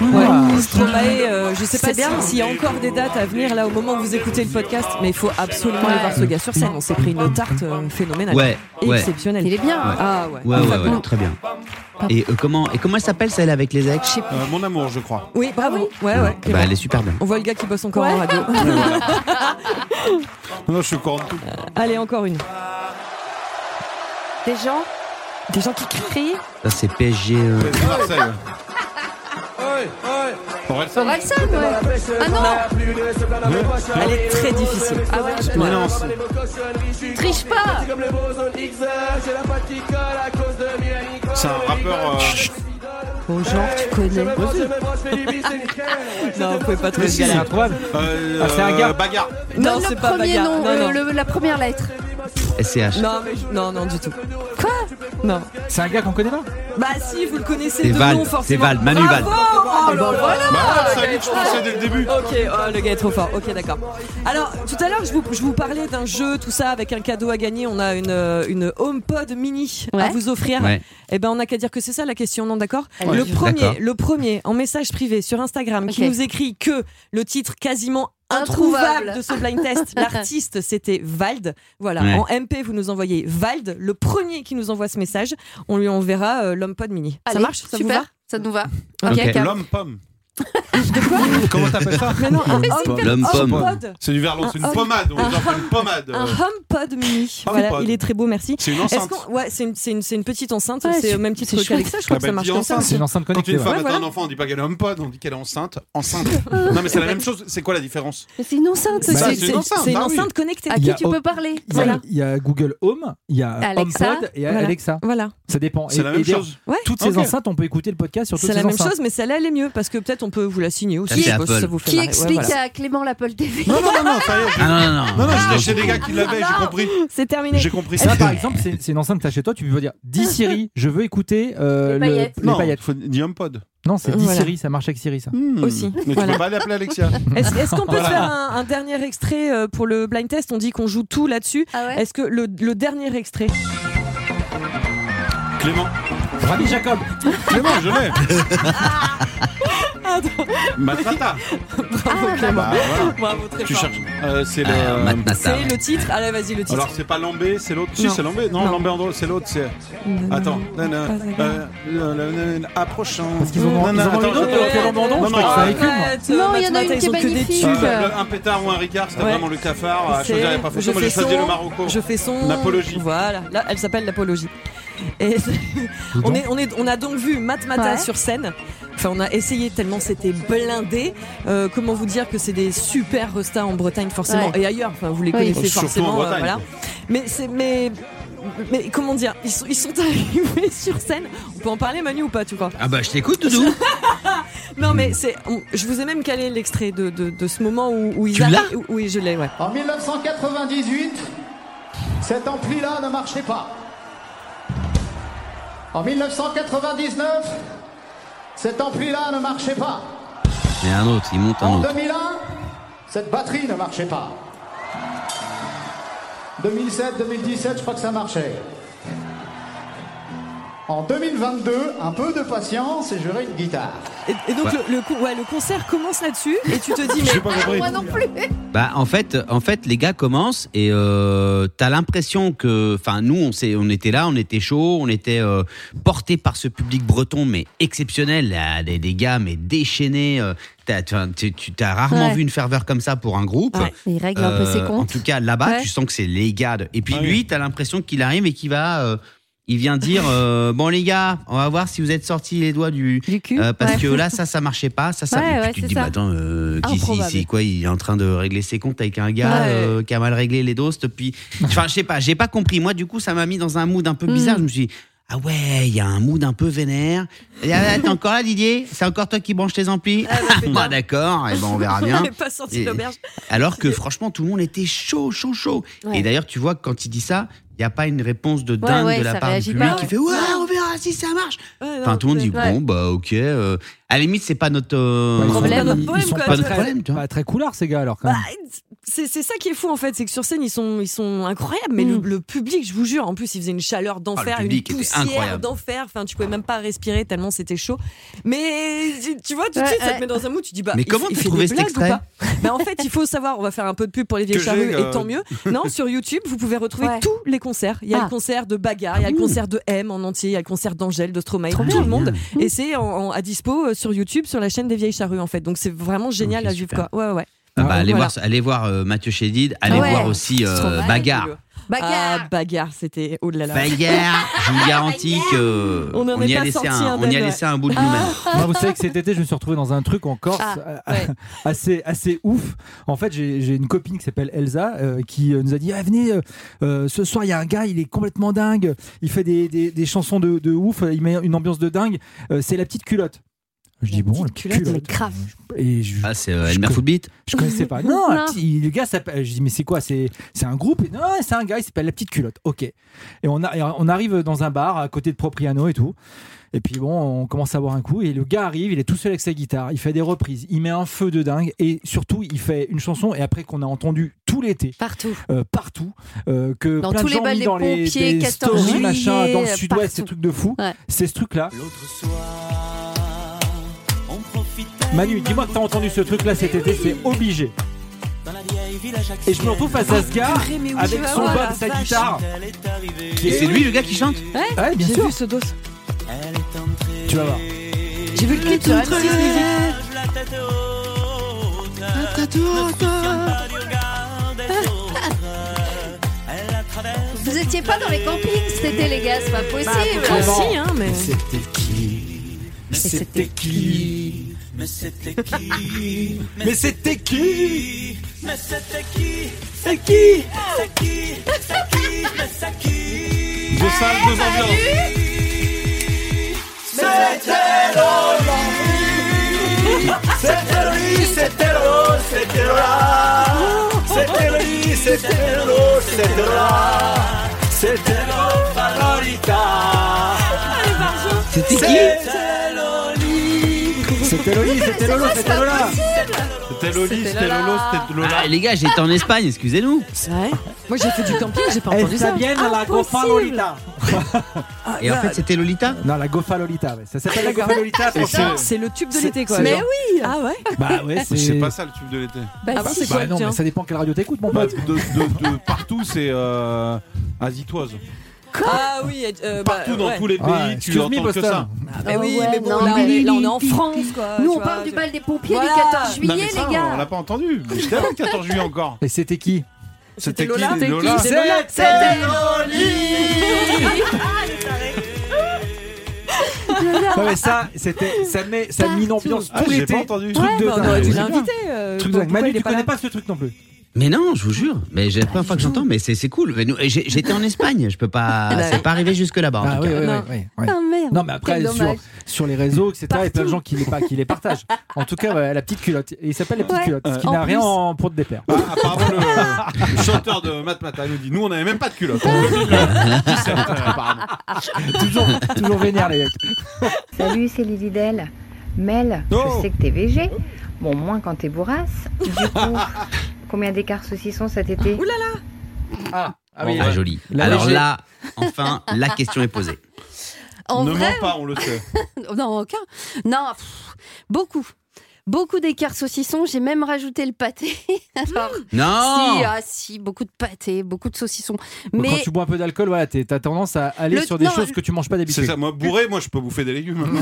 S7: Ouais. Stromae, euh, je sais pas
S5: C'est bien.
S7: si- s'il y a encore des dates à venir là au moment où vous écoutez le podcast, mais il faut absolument aller voir ce gars sur scène. On s'est pris une tarte euh, phénoménale.
S3: Ouais, ouais.
S7: Exceptionnelle. Il est bien. Ah ouais.
S3: Ouais, ouais, ouais,
S7: Fabuleux.
S3: très bien. Et euh, comment, et comment elle s'appelle celle avec les ex
S6: Euh, Mon amour, je crois.
S7: Oui, bravo. Ouais, ouais.
S3: Bah, elle est super bien.
S7: On voit le gars qui bosse encore en radio.
S6: Non, je suis encore en tout.
S7: Allez, encore une.
S5: Des gens
S7: Des gens qui crient
S3: Ça, c'est PSG. euh,
S6: C'est Marseille. Orelsan
S5: Orelsan, ouais. Ah non
S7: Elle est très difficile.
S5: Ah ouais
S6: Mais non, c'est-
S5: Triche pas
S7: Ah.
S6: c'est un rappeur. euh,
S7: Bon, genre, tu connais. non, vous pouvez pas trouver
S6: Mais
S7: ce
S6: si, c'est
S7: gars-là.
S6: improbable. Euh,
S4: Ah, c'est un gars.
S6: Bagarre.
S7: Non,
S5: Donne
S7: c'est
S5: le
S7: pas
S5: premier
S7: bagarre.
S5: nom,
S7: Non,
S5: euh,
S7: non.
S5: le- la première lettre.
S3: SCH.
S7: Non, mais je- non, non, du tout.
S5: Quoi
S7: Non.
S4: C'est un gars qu'on connaît pas
S7: Bah si, vous le connaissez
S3: C'est
S7: de
S3: Val,
S7: nom forcément.
S3: c'est Val, Manu Val.
S7: Bravo Oh là là
S6: Bah, ouais, salut, je pensais dès le début.
S7: Ok, oh, le gars est trop fort. Ok, d'accord. Alors, tout à l'heure, je vous, je vous parlais d'un jeu, tout ça, avec un cadeau à gagner. On a une, euh, une HomePod mini à vous offrir.
S3: Ouais.
S7: Eh ben, on n'a qu'à dire que c'est ça la question, non D'accord
S3: Ouais.
S7: Le premier,
S3: D'accord.
S7: le premier, en message privé sur Instagram, qui
S5: Ok.
S7: nous écrit que le titre quasiment
S5: Introuvable.
S7: introuvable de ce blind test, l'artiste, c'était Vald. Voilà.
S3: Ouais.
S7: En MP, vous nous envoyez Vald, le premier qui nous envoie ce message, on lui enverra euh, l'homme pod mini. ça
S5: Allez,
S7: marche Ça vous
S5: super,
S7: va
S5: ça nous va.
S3: Ok.
S6: L'homme pomme. Comment t'appelles ça
S7: Mais non, un
S3: L'homme
S7: homme
S3: pod. L'homme
S7: homme
S3: pomme.
S7: pod.
S6: C'est du verlan, c'est
S7: Un
S6: une
S7: homme-
S6: pommade. On
S7: un
S6: les appelle
S7: homme-
S6: une pommade.
S7: Un HomePod mini.
S6: HomePod.
S7: Voilà, il est très beau, merci.
S6: C'est une
S7: Est-ce
S6: Euh. enceinte.
S7: qu'on- Ouais, c'est une, c'est une- c'est une petite enceinte.
S5: Ouais,
S7: c'est
S5: c'est-
S7: au même titre
S5: c'est
S7: qu'Alexa,
S5: chouette.
S7: je crois
S6: Ah
S7: que
S6: bah,
S7: ça
S6: dis
S7: marche comme ça.
S6: enceinte.
S4: C'est une enceinte
S6: Quand
S4: connectée.
S6: une femme
S7: ouais.
S6: attend
S7: Voilà.
S6: un enfant, on dit pas qu'elle est homme pod, on dit qu'elle est enceinte. Enceinte. non, mais c'est la même chose. C'est quoi la différence
S5: Mais c'est une enceinte.
S6: Bah,
S7: C'est
S6: c'est une
S7: c'est-
S6: enceinte,
S7: c'est une
S6: bah oui.
S7: enceinte connectée. Ah,
S5: À
S4: Il y
S5: qui
S4: a
S5: tu
S4: au-
S5: peux parler
S4: Il y, a,
S5: Voilà.
S4: il y a Google Home, il y a
S5: Alexa.
S4: HomePod et
S7: Voilà.
S4: Alexa.
S7: Voilà.
S4: Ça dépend.
S6: C'est
S4: Et-
S6: la même
S4: et d'ailleurs,
S6: chose.
S7: Ouais.
S4: Toutes ces
S6: Ok.
S4: enceintes, on peut écouter le podcast sur toutes
S7: C'est
S4: ces
S7: la même
S4: enceintes.
S7: chose, mais celle-là, elle est mieux parce que peut-être on peut vous la signer aussi.
S3: Ça,
S7: je
S3: c'est
S7: sais pas si
S3: Apple.
S7: ça vous fait
S5: Qui
S7: marrer. Ouais,
S5: explique
S7: voilà.
S5: à Clément l'Apple TV
S4: Non, non, non, non, ça y est, je-
S3: Ah non, non, non.
S4: Non, non,
S3: Ah,
S4: j'étais
S3: non.
S4: chez des gars qui l'avaient, j'ai compris.
S7: C'est terminé.
S4: J'ai compris. Ça, par exemple, c'est c'est une enceinte que t'as chez toi, tu peux dire Dis Siri, je veux écouter euh,
S5: Les
S4: le-
S5: paillettes.
S4: les
S6: Non,
S4: paillettes.
S6: faut dire HomePod.
S4: Non, c'est Dis
S7: Voilà.
S4: Siri, ça marche avec Siri, ça.
S7: Aussi.
S6: Mais tu
S7: Voilà.
S6: peux pas l'appeler Alexia.
S7: Est-ce est-ce qu'on peut
S4: Voilà.
S7: se faire un, un dernier extrait euh, pour le blind test On dit qu'on joue tout là-dessus.
S5: Ah
S7: Est-ce que le, le dernier extrait
S6: Clément.
S4: Rami Jacob.
S6: Clément, je l'ai. Matata.
S7: Bravo
S5: Ah,
S7: Clément.
S6: Bah, voilà.
S7: Bravo très
S6: Tu
S7: fort.
S6: cherches. euh, c'est
S7: Ah,
S3: Euh,
S6: le.
S3: Matata.
S7: C'est le titre. Allez, vas-y le titre.
S6: Alors c'est pas Lambé, c'est l'autre. Si
S7: Non.
S6: c'est Lambé. Non, Lambé en drôle, c'est l'autre. C'est. Attends. Nanana,
S7: pas Zaga.
S6: euh, nanana, nanana, Approchant. Parce
S4: qu'ils ont- ils ont mis l'autre,
S7: euh, Lambé en drôle, je crois que ça avec eux, moi.
S5: Non, il y en a
S7: Matin,
S5: une qui est
S7: ils ont que des
S5: magnifique.
S7: tubes. Ah,
S6: Euh, le- un pétard ou un ricard, c'était
S7: Ouais.
S6: vraiment le cafard. À
S7: C'est-
S6: choisir, il n'y a pas
S7: je
S6: photo. Moi, j'ai
S7: fais
S6: choisi
S7: son,
S6: le Marocco.
S7: Je fais son.
S6: L'apologie.
S7: Voilà. Là, elle s'appelle l'apologie. Et on, est, on, est, on a donc vu Matt Mata sur scène. Enfin, on a essayé tellement c'était blindé. Euh, comment vous dire que c'est des super restas en Bretagne forcément
S5: Ouais.
S7: et ailleurs. Enfin, vous les
S5: Oui.
S7: connaissez
S5: Surtout en
S7: forcément. euh,
S5: Bretagne.
S7: voilà. Mais c'est mais. Mais comment dire, ils sont, ils sont arrivés sur scène. On peut en parler, Manu, ou pas, tu crois
S3: Ah bah je t'écoute, Doudou.
S7: Non, mais c'est. on- Je vous ai même calé l'extrait de, de, de ce moment où, où ils
S3: Tu l'as
S7: arrivent- où- Oui, je l'ai, ouais.
S16: En 1998, cet ampli-là ne marchait pas. En 1999, cet ampli-là ne marchait pas.
S3: Et un autre, il monte un
S16: En
S3: autre.
S16: 2001, cette batterie ne marchait pas. 2007, 2017, je crois que ça marchait. En 2022, un peu de patience et j'aurai une guitare.
S7: Et, et donc
S3: Ouais.
S7: le, le con- ouais, le concert commence là-dessus et tu te dis
S3: J'ai
S7: mais
S3: pas compris. Moi non
S7: plus.
S3: Bah en fait, en fait, les gars commencent et euh, t'as l'impression que, enfin nous, on s'est- on était là, on était chaud, on était euh, porté par ce public breton mais exceptionnel, là, des, des gars mais déchaînés. euh, t'as- t'as- tu tu- t'as rarement
S5: Ouais.
S3: vu une ferveur comme ça pour un groupe. Euh,
S5: Ouais, il règle un peu ses comptes.
S3: En tout cas, là-bas,
S5: Ouais.
S3: tu sens que c'est les gars. de- Et puis lui, t'as l'impression qu'il arrive et qu'il va. euh, il vient dire euh, bon les gars, on va voir si vous êtes sortis les doigts du, euh, parce
S5: ouais.
S3: que là ça ça marchait pas, ça ça.
S5: Ouais,
S3: Et puis
S5: ouais,
S3: tu
S5: c'est
S3: te dis
S5: ça.
S3: bah, attends euh, qui-
S5: Improbable.
S3: c'est quoi il est en train de régler ses comptes avec un gars
S5: Ouais.
S3: euh, qui a mal réglé les doses puis enfin je sais pas j'ai pas compris moi du coup ça m'a mis dans un mood un peu
S5: Mm.
S3: bizarre je me suis dit, ah ouais il y a un mood un peu vénère Et, ah, t'es encore là Didier c'est encore toi qui branche tes amplis
S5: Ah,
S3: bah d'accord et ben on verra bien
S7: On n'est pas sorti de
S3: Et-
S7: l'auberge.
S3: alors que franchement tout le monde était chaud chaud chaud
S7: Ouais.
S3: et d'ailleurs tu vois quand il dit ça il n'y a pas une réponse de
S7: Ouais,
S3: dingue
S7: ouais,
S3: de la
S7: ça
S3: part du
S7: réagit
S3: public
S7: pas,
S3: qui
S7: ouais.
S3: fait ouais
S7: Non.
S3: on verra si ça marche
S7: Ouais, non,
S3: Enfin, tout le monde dit
S7: ouais.
S3: bon, bah ok. euh, à la limite, c'est pas notre euh,
S4: Ils sont
S3: problème.
S4: pas-
S7: problème,
S4: Ils sont
S7: quoi,
S4: pas
S7: tu
S4: très-
S7: vois.
S4: pas très coulards, ces gars, alors quand même.
S7: Bah, C'est c'est ça qui est fou en fait, c'est que sur scène ils sont ils sont incroyables, mais le, le public, je vous jure, en plus il faisait une chaleur d'enfer,
S3: Mm. Ah, le
S7: une
S3: public était
S7: poussière
S3: incroyable.
S7: d'enfer. Enfin, tu pouvais même pas respirer tellement c'était chaud. Mais tu- tu vois tout de
S5: Ouais,
S7: suite ça
S5: ouais.
S7: te met dans un mood, tu dis bah.
S3: Mais
S7: il-
S3: comment
S7: il
S3: t'as
S7: fait
S3: trouvé
S7: des
S3: cet
S7: blagues ou
S3: extrait
S7: pas Bah, en fait, il faut savoir, on va faire un peu de pub pour les vieilles
S3: Que j'ai,
S7: charrues et
S3: euh,
S7: tant mieux. Non, sur YouTube, vous pouvez retrouver tous les concerts. Il y a
S5: Ah.
S7: le concert de Bagarre, il y a le concert de M en entier, il y a le concert d'Angèle, de Stromae, tout
S3: bien. Mmh.
S7: le monde. Et c'est en- en- à dispo euh, sur YouTube, sur la chaîne des vieilles charrues en fait. Donc c'est vraiment génial à vivre quoi. Ouais, ouais, ouais.
S3: Ah bah, allez
S7: Voilà.
S3: voir, allez voir euh, Mathieu Chédid, allez
S7: Ouais.
S3: voir aussi euh,
S7: C'est trop mal,
S3: Bagarre.
S7: Julio.
S5: Bah,
S7: Bagarre. bagarre, c'était oh là là.
S3: Bagarre, je vous garantis que
S7: On en est
S3: y a
S7: pas
S3: laissé
S7: sorti Ah.
S3: un, on
S7: indemne,
S3: y a
S7: ouais.
S3: laissé un bout de nous-mêmes.
S4: Moi, vous savez que cet été, je me suis retrouvé dans un truc en Corse
S7: Ah,
S4: euh,
S7: ouais.
S4: assez, assez ouf. En fait, j'ai j'ai une copine qui s'appelle Elsa euh, qui euh, nous a dit Ah, Venez, euh, euh, ce soir, il y a un gars, il est complètement dingue. Il fait des, des- des chansons de, de ouf, il met une ambiance de dingue. Euh, C'est la petite culotte. Je dis Bon, la culotte.
S5: grave.
S4: Et je,
S3: Ah, c'est euh, Elmer Footbeat.
S4: je connaissais pas. Non,
S5: Non.
S4: la petite- il- le gars s'appelle. Je dis mais c'est quoi C'est c'est un groupe Et Non, c'est un gars. Il s'appelle la petite culotte. Ok. Et on a- et on arrive dans un bar à côté de Propriano et tout. Et puis bon, on commence à boire un coup et le gars arrive, il est tout seul avec sa guitare, il fait des reprises, il met un feu de dingue et surtout il fait une chanson et après qu'on a entendu tout l'été,
S5: partout,
S4: partout, euh, que
S5: Dans
S4: plein
S5: tous
S4: de
S5: les
S4: gens ont
S5: bals
S4: mis
S5: des
S4: dans les
S5: pompiers,
S4: des
S5: 14
S4: stories,
S5: juillet,
S4: machin, dans le
S5: euh,
S4: sud-ouest, ces
S5: partout.
S4: trucs de fou,
S5: Ouais.
S4: c'est ce truc là. Manu, dis-moi que t'as entendu ce truc là cet été, c'est obligé. Et je me retrouve face à ce gars
S7: purée, mais oui,
S4: avec
S7: bah
S4: son
S7: voilà,
S4: bob, sa
S7: vache.
S4: guitare.
S3: Et c'est lui le gars qui chante
S7: Ouais,
S4: Ouais, bien
S7: j'ai
S4: sûr.
S7: vu ce dos.
S4: Tu vas voir.
S7: J'ai vu le clip sur M6 Musique.
S13: Vous étiez pas dans les campings, c'était les gars, c'est pas possible.
S7: Bah, pourtant, si, hein, mais- Mais
S13: c'était
S5: Ah,
S1: Mais c'était qui Mais c'était qui
S4: Mais c'était qui
S1: Mais c'était qui
S4: C'est qui
S1: C'est qui C'est qui Mais c'est qui
S6: Deux salles, deux ambiances.
S1: C'était l'Olympique l'eau, c'était là. C'était le riz, c'était l'eau, c'était là. C'était l'eau favorita.
S3: C'était
S1: qui
S4: C'était Loli, c'était Lolo, c'était Lola.
S6: C'était Loli, c'était Lolo, c'était Lola.
S3: Ah, les gars, j'étais en Espagne, excusez-nous.
S7: Moi j'ai fait du camping, j'ai pas
S4: Elle
S7: entendu ça.
S4: s'avienne à la Gofa Lolita.
S7: Ah,
S3: Et
S7: bah,
S3: en fait, c'était Lolita
S4: Non, la Gofa Lolita, ouais. ça s'appelle la Gofa Lolita.
S7: C'est
S4: franchement.
S7: c'est le tube de
S4: C'est-
S7: l'été quoi.
S4: c'est-
S7: genre. Ah ouais.
S4: Bah ouais, c'est.
S6: C'est pas ça le tube de l'été.
S7: Bah Ah bah, si, c'est
S4: Bah
S7: quoi,
S4: non,
S7: tiens.
S4: mais ça dépend quelle radio t'écoutes, mon
S6: Bah,
S4: pote.
S6: de, de- de- partout, c'est euh, asitoise.
S7: Ah oui. et- euh, bah,
S6: Partout dans
S7: ouais.
S6: tous les pays,
S4: Ah,
S6: tu
S4: excuse me,
S6: entends que
S4: Boston.
S6: ça.
S7: Ah, mais oui,
S13: ouais,
S7: mais bon
S13: non,
S7: là, on
S13: mais-
S7: est, là, on est en France quoi.
S13: Nous,
S7: tu
S13: on
S7: vois,
S13: parle du
S7: je-
S13: bal des pompiers
S7: Voilà.
S13: du 14
S6: Non, mais
S13: juillet,
S6: ça,
S13: les gars.
S6: on l'a pas entendu. Mais C'était avant le 14 juillet encore.
S4: Et c'était qui
S6: C'était qui
S7: Lola.
S6: les Lola
S7: C'était Lola.
S1: C'était
S6: Ah,
S1: Loli.
S4: Non, mais ça, c'était. Ça met, ça met une ambiance
S6: Ah,
S4: tout
S6: j'ai
S4: l'été.
S6: pas entendu.
S4: Truc
S7: Ouais,
S4: de
S7: bah, on aurait
S4: dingue.
S7: dû l'inviter. euh,
S4: Truc de
S7: pourquoi
S4: dingue. Manu,
S7: il est
S4: tu
S7: pas là
S4: connais pas ce truc non plus.
S3: Mais non, je vous jure. Mais j'ai la première fois que j'entends, mais c'est c'est cool. Mais nous- et j'ai- J'étais en Espagne, je peux pas.
S7: Bah
S3: C'est pas arrivé jusque là-bas. en
S4: Ah
S3: tout
S4: oui,
S3: cas.
S4: oui, oui,
S7: Non.
S4: oui, oui.
S13: Ah, merde.
S4: Non, mais après,
S13: Quel
S4: sur,
S13: dommage.
S4: sur les réseaux, etc., il y a plein de gens qui les, pa- qui les partagent. En tout cas, ouais, la petite culotte. Et il s'appelle la petite
S13: Ouais.
S4: culotte, ce qui
S13: En
S4: n'a rien
S13: plus.
S4: en pour de déplaire.
S6: Ah, apparemment, le, le chanteur de Matmata nous dit Nous, on n'avait même pas de culotte. apparemment.
S4: toujours, toujours vénère, les mecs.
S17: Salut, c'est Lily Del. Mel,
S6: Oh.
S17: je sais que t'es VG. Bon, moins quand t'es bourrasse. Du coup, combien d'écarts saucissons cet été
S7: Ouh là là.
S4: Ah, ah
S3: Bon,
S4: oui,
S3: bah,
S4: ouais.
S3: joli.
S4: La
S3: Alors
S4: VG.
S3: là, enfin, la question est posée.
S13: En
S6: ne
S13: vrai,
S6: mens pas, on le sait.
S5: Non, aucun. Non, pff, beaucoup. Beaucoup d'écarts saucissons, j'ai même rajouté le pâté. Alors,
S3: Non
S5: si, ah, si, beaucoup de pâté, beaucoup de saucissons.
S4: Donc, Quand
S5: Mais
S4: tu bois un peu d'alcool, voilà, t'es- t'as tendance à aller
S5: Le-
S4: sur des
S5: non,
S4: choses
S5: le-
S4: que tu manges pas
S6: C'est
S4: d'habitude.
S6: ça, moi, bourré, moi, je peux bouffer des légumes. maintenant.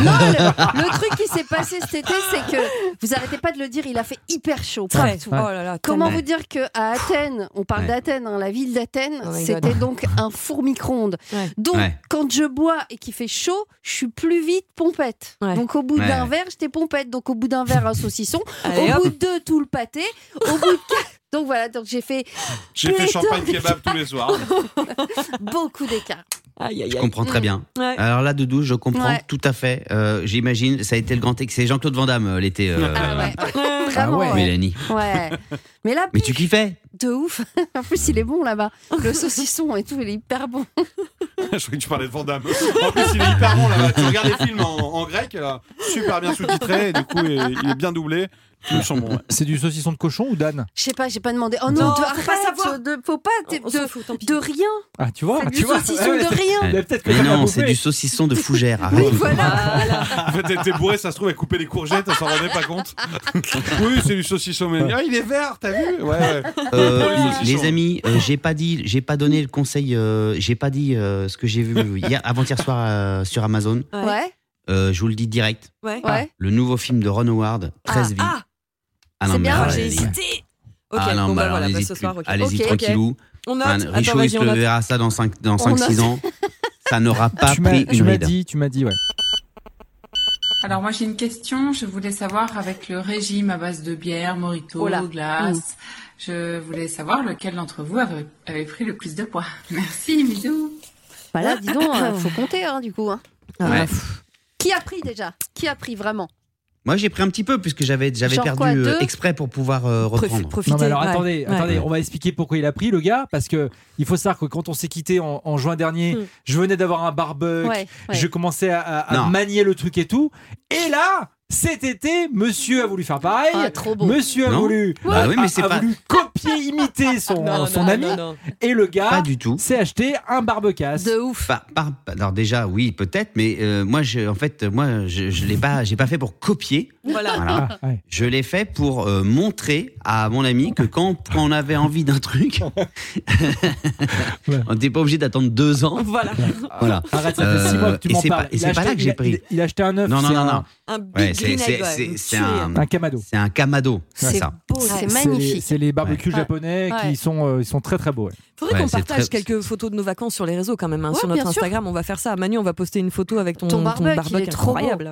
S5: non, le, le truc qui s'est passé cet été, c'est que vous arrêtez pas de le dire, il a fait hyper chaud
S7: Ouais.
S5: partout.
S7: Oh là là.
S5: Comment
S7: tellement.
S5: vous dire que à Athènes, on parle
S3: Ouais.
S5: d'Athènes, hein, la ville d'Athènes,
S7: Oh my God.
S5: c'était donc un four micro-ondes.
S7: Ouais.
S5: Donc,
S3: Ouais.
S5: quand je bois et qu'il fait chaud, je suis plus vite pompette.
S7: Ouais.
S5: Donc, au bout
S3: Ouais,
S5: d'un
S3: ouais.
S5: verre, j'étais pompette. Donc, au bout d'un verre, un saucisson.
S7: Allez,
S5: au
S7: hop.
S5: bout de deux, tout le pâté. Au bout de quatre. Donc voilà, donc j'ai fait
S6: J'ai fait
S5: Pléthore
S6: champagne
S5: d'écarts.
S6: kebab tous les soirs.
S5: beaucoup d'écart.
S7: Aïe aïe
S3: Je
S7: aïe.
S3: comprends très bien.
S7: euh, Ouais.
S3: Alors là, Doudou, je comprends
S5: Ouais.
S3: tout à fait. Euh, J'imagine, ça a été le grand ex. C'est Jean-Claude Van Damme euh, l'été, euh,
S5: Ah ouais.
S4: Ah
S5: Vraiment.
S4: ouais.
S5: ouais.
S3: Mélanie.
S5: Ouais. Mais là,
S3: Mais tu kiffais
S5: de ouf. en plus, il est bon là-bas. Le saucisson et tout, il est hyper bon.
S6: je croyais que tu parlais de Vandame. En plus, il est hyper bon là. Tu regardes les films en, en grec, là, super bien sous-titré, et du coup, il, il est bien doublé. Tous les sont bons. ouais.
S4: C'est du saucisson de cochon ou d'âne
S5: Je sais pas, j'ai pas demandé. Oh non,
S7: Non,
S5: de-
S7: faut pas
S5: arrête,
S7: savoir.
S5: de- faut pas de,
S7: On s'en
S5: de-
S7: fout, tant pis.
S5: de rien.
S4: Ah, tu vois,
S5: C'est
S4: ah,
S5: du
S4: tu vois.
S5: saucisson
S4: Ouais,
S5: de rien.
S4: Mais peut-être que
S3: Ah, Mais
S4: t'as pas
S3: non,
S4: bouffé.
S3: c'est du saucisson de fougère. Arrête.
S5: Oui, voilà.
S6: En fait, elle était bourré, ça se trouve, elle coupait les courgettes, elle s'en rendait pas compte. Oui, c'est du saucisson mais Ah, il est vert, t'as vu Ouais, ouais.
S3: Euh,
S6: Oui, saucisson.
S3: les amis, euh, j'ai pas dit, j'ai pas donné le conseil, euh, j'ai pas dit euh, ce que j'ai vu hier, avant-hier soir euh, sur Amazon.
S5: Ouais,
S3: Euh, je vous le dis direct.
S7: Ouais.
S5: ouais.
S3: Le nouveau film de Ron Howard, 13 vies.
S7: Ah,
S3: Ah non,
S5: c'est
S3: mais
S5: bien,
S3: alors,
S7: ah,
S5: ouais,
S7: j'ai
S3: allez-y.
S7: hésité. Ok,
S3: Ah non, bah
S7: bon bah
S3: alors,
S7: voilà, bah,
S3: n'hésite
S7: ce
S3: plus.
S7: soir, ok.
S3: Allez-y,
S5: Ok, ok.
S3: tranquillou.
S7: On
S3: Enfin,
S7: note. Attends,
S3: Richaud, il
S7: vas-y,
S3: te
S7: on note.
S3: verra ça dans 5-6 dans cinq,
S5: note.
S3: six ans. Ça n'aura pas
S4: Ah, Tu m'as
S3: pris
S4: tu
S3: une
S4: m'as
S3: ride.
S4: dit, tu m'as dit, ouais.
S18: Alors moi j'ai une question, je voulais savoir avec le régime à base de bière, morito,
S5: Oh là.
S18: glace, je voulais savoir lequel d'entre vous avait, avait pris le plus de poids. Merci, bisous.
S5: Bah là, dis donc, euh, faut compter hein, du coup. hein.
S4: euh,
S7: Ah,
S3: Ouais.
S5: Qui a pris déjà Qui a pris vraiment
S3: Moi, j'ai pris un petit peu puisque j'avais j'avais
S5: Genre
S3: perdu
S5: quoi,
S3: euh,
S5: deux
S3: exprès pour pouvoir euh,
S7: profi-
S3: reprendre.
S7: Profiter.
S4: Non mais alors
S7: ouais.
S4: attendez,
S7: Ouais.
S4: attendez, on va expliquer pourquoi il a pris le gars parce que il faut savoir que quand on s'est quitté en, en juin dernier,
S7: Hmm.
S4: je venais d'avoir un barbecue,
S5: Ouais, ouais.
S4: je commençais à, à- à
S3: Non.
S4: manier le truc et tout, et là cet été, Monsieur a voulu faire pareil.
S5: Ah, trop beau.
S4: Monsieur a
S3: Non.
S4: voulu,
S3: Bah
S4: a-
S3: oui, mais
S4: a-
S3: c'est
S4: a
S3: pas-
S4: voulu copier, imiter son,
S7: Non,
S4: son
S7: non,
S4: ami,
S7: non, non.
S4: et le gars
S7: ah.
S3: Pas du tout.
S4: s'est acheté un barbecasse.
S5: De ouf.
S3: Par- par- alors déjà, oui, peut-être, mais euh, moi, je, en fait, moi, je, je l'ai pas, j'ai pas fait pour copier.
S7: Voilà.
S3: Voilà.
S4: Ah, ouais.
S3: Je l'ai fait pour euh, montrer à mon ami que quand, quand on avait envie d'un truc, on n'était pas obligé d'attendre deux ans.
S7: Voilà.
S3: Voilà.
S4: Arrête, ça fait six
S3: Euh,
S4: mois que tu
S3: et
S4: m'en
S3: c'est
S4: parles.
S3: pas- et
S4: Il a
S3: c'est pas
S4: acheté-
S3: là que j'ai
S4: il a-
S3: pris.
S4: Il a acheté un œuf.
S3: Non, non,
S4: c'est
S3: non,
S4: un-
S3: non.
S7: Un big
S3: Ouais, c'est-
S7: green egg,
S3: c'est-
S7: ouais,
S3: c'est-
S7: me
S3: c'est
S7: tuer.
S3: un,
S4: Un camado.
S3: c'est un kamado.
S4: Ouais.
S3: C'est ça.
S5: beau, c'est
S4: C'est les-
S5: magnifique.
S4: C'est les barbecues
S5: Ouais.
S4: japonais
S5: Ouais.
S4: qui sont, euh, ils sont très très beaux. ouais.
S7: Faudrait
S3: Ouais,
S7: qu'on
S3: c'est
S7: partage
S3: très-
S7: quelques photos de nos vacances sur les réseaux quand même. hein.
S5: Ouais,
S7: sur notre
S5: bien sûr.
S7: Instagram, on va faire ça. Manu, on va poster une photo avec ton,
S5: Ton barbecue, il est trop beau.
S7: incroyable.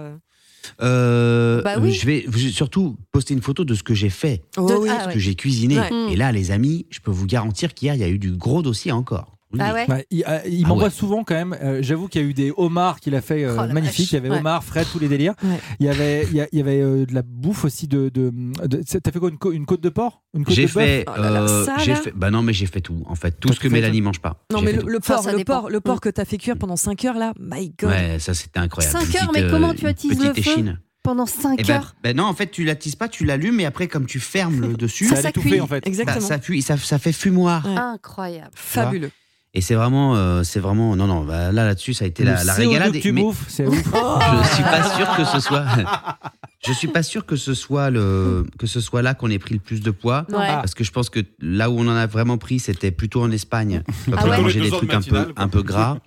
S3: Euh,
S5: Bah oui.
S3: Je vais je vais surtout poster une photo de ce que j'ai fait,
S7: Oh,
S5: De-
S7: oui.
S5: Ah,
S3: ce
S5: ouais.
S3: que j'ai cuisiné.
S7: Ouais.
S3: Et là, les amis, je peux vous garantir qu'hier, il y a eu du gros dossier encore.
S13: Ah ouais
S4: Ouais, il euh, il
S13: Ah
S4: m'envoie
S13: ouais.
S4: souvent quand même. Euh, J'avoue qu'il y a eu des homards qu'il a fait euh,
S13: Oh la
S4: magnifiques.
S13: vache.
S4: Il y avait
S13: Ouais.
S4: homard, frais, tous les délires.
S13: Ouais.
S4: Il y avait, il y, a- il y avait euh, de la bouffe aussi. De, de, de- T'as fait quoi une, co- une côte de porc Une côte
S3: J'ai
S4: de bœuf
S3: fait, euh,
S7: ça,
S3: j'ai
S7: là
S3: fait- Bah non, mais j'ai fait tout, en fait. Tout ce que Mélanie mange pas.
S7: Non,
S3: J'ai
S7: mais
S3: fait
S7: le,
S3: tout.
S7: le
S5: Ça,
S7: porc,
S5: ça
S7: le
S5: dépend.
S7: porc, le porc que t'as fait cuire pendant 5 heures là, my god.
S3: Ouais, ça c'était incroyable.
S5: 5
S3: Une
S5: heures, mais
S3: petite,
S5: comment
S3: euh,
S5: tu attises le
S3: petite
S5: feu
S3: échine.
S5: pendant
S3: Eh
S5: 5
S3: ben,
S5: heures
S3: ben non, en fait, tu l'attises pas, tu l'allumes, et après, comme tu fermes le dessus,
S5: Ça, Ça, ça cuit.
S4: fait, en fait.
S3: Bah,
S5: Exactement.
S3: ça, fuit- ça, ça fait fumoir.
S5: Incroyable.
S3: Fabuleux. Et c'est vraiment, euh, c'est vraiment, non, non, bah, là, là-dessus, ça a été
S4: Le
S3: la, la
S4: CO2
S3: régalade.
S4: que tu
S3: mais
S4: bouffes, c'est ouf.
S3: Je suis pas sûr que ce soit. Je suis pas sûr que ce soit le que ce soit là qu'on ait pris le plus de poids,
S1: Ouais.
S3: parce que je pense que là où on en a vraiment pris, c'était plutôt en Espagne, quand
S1: Ah
S3: on
S1: ouais.
S3: a mangé
S1: Tous les
S3: des
S1: deux
S3: trucs
S1: heures
S3: un
S1: de
S3: peu
S1: matinale,
S3: un peu gras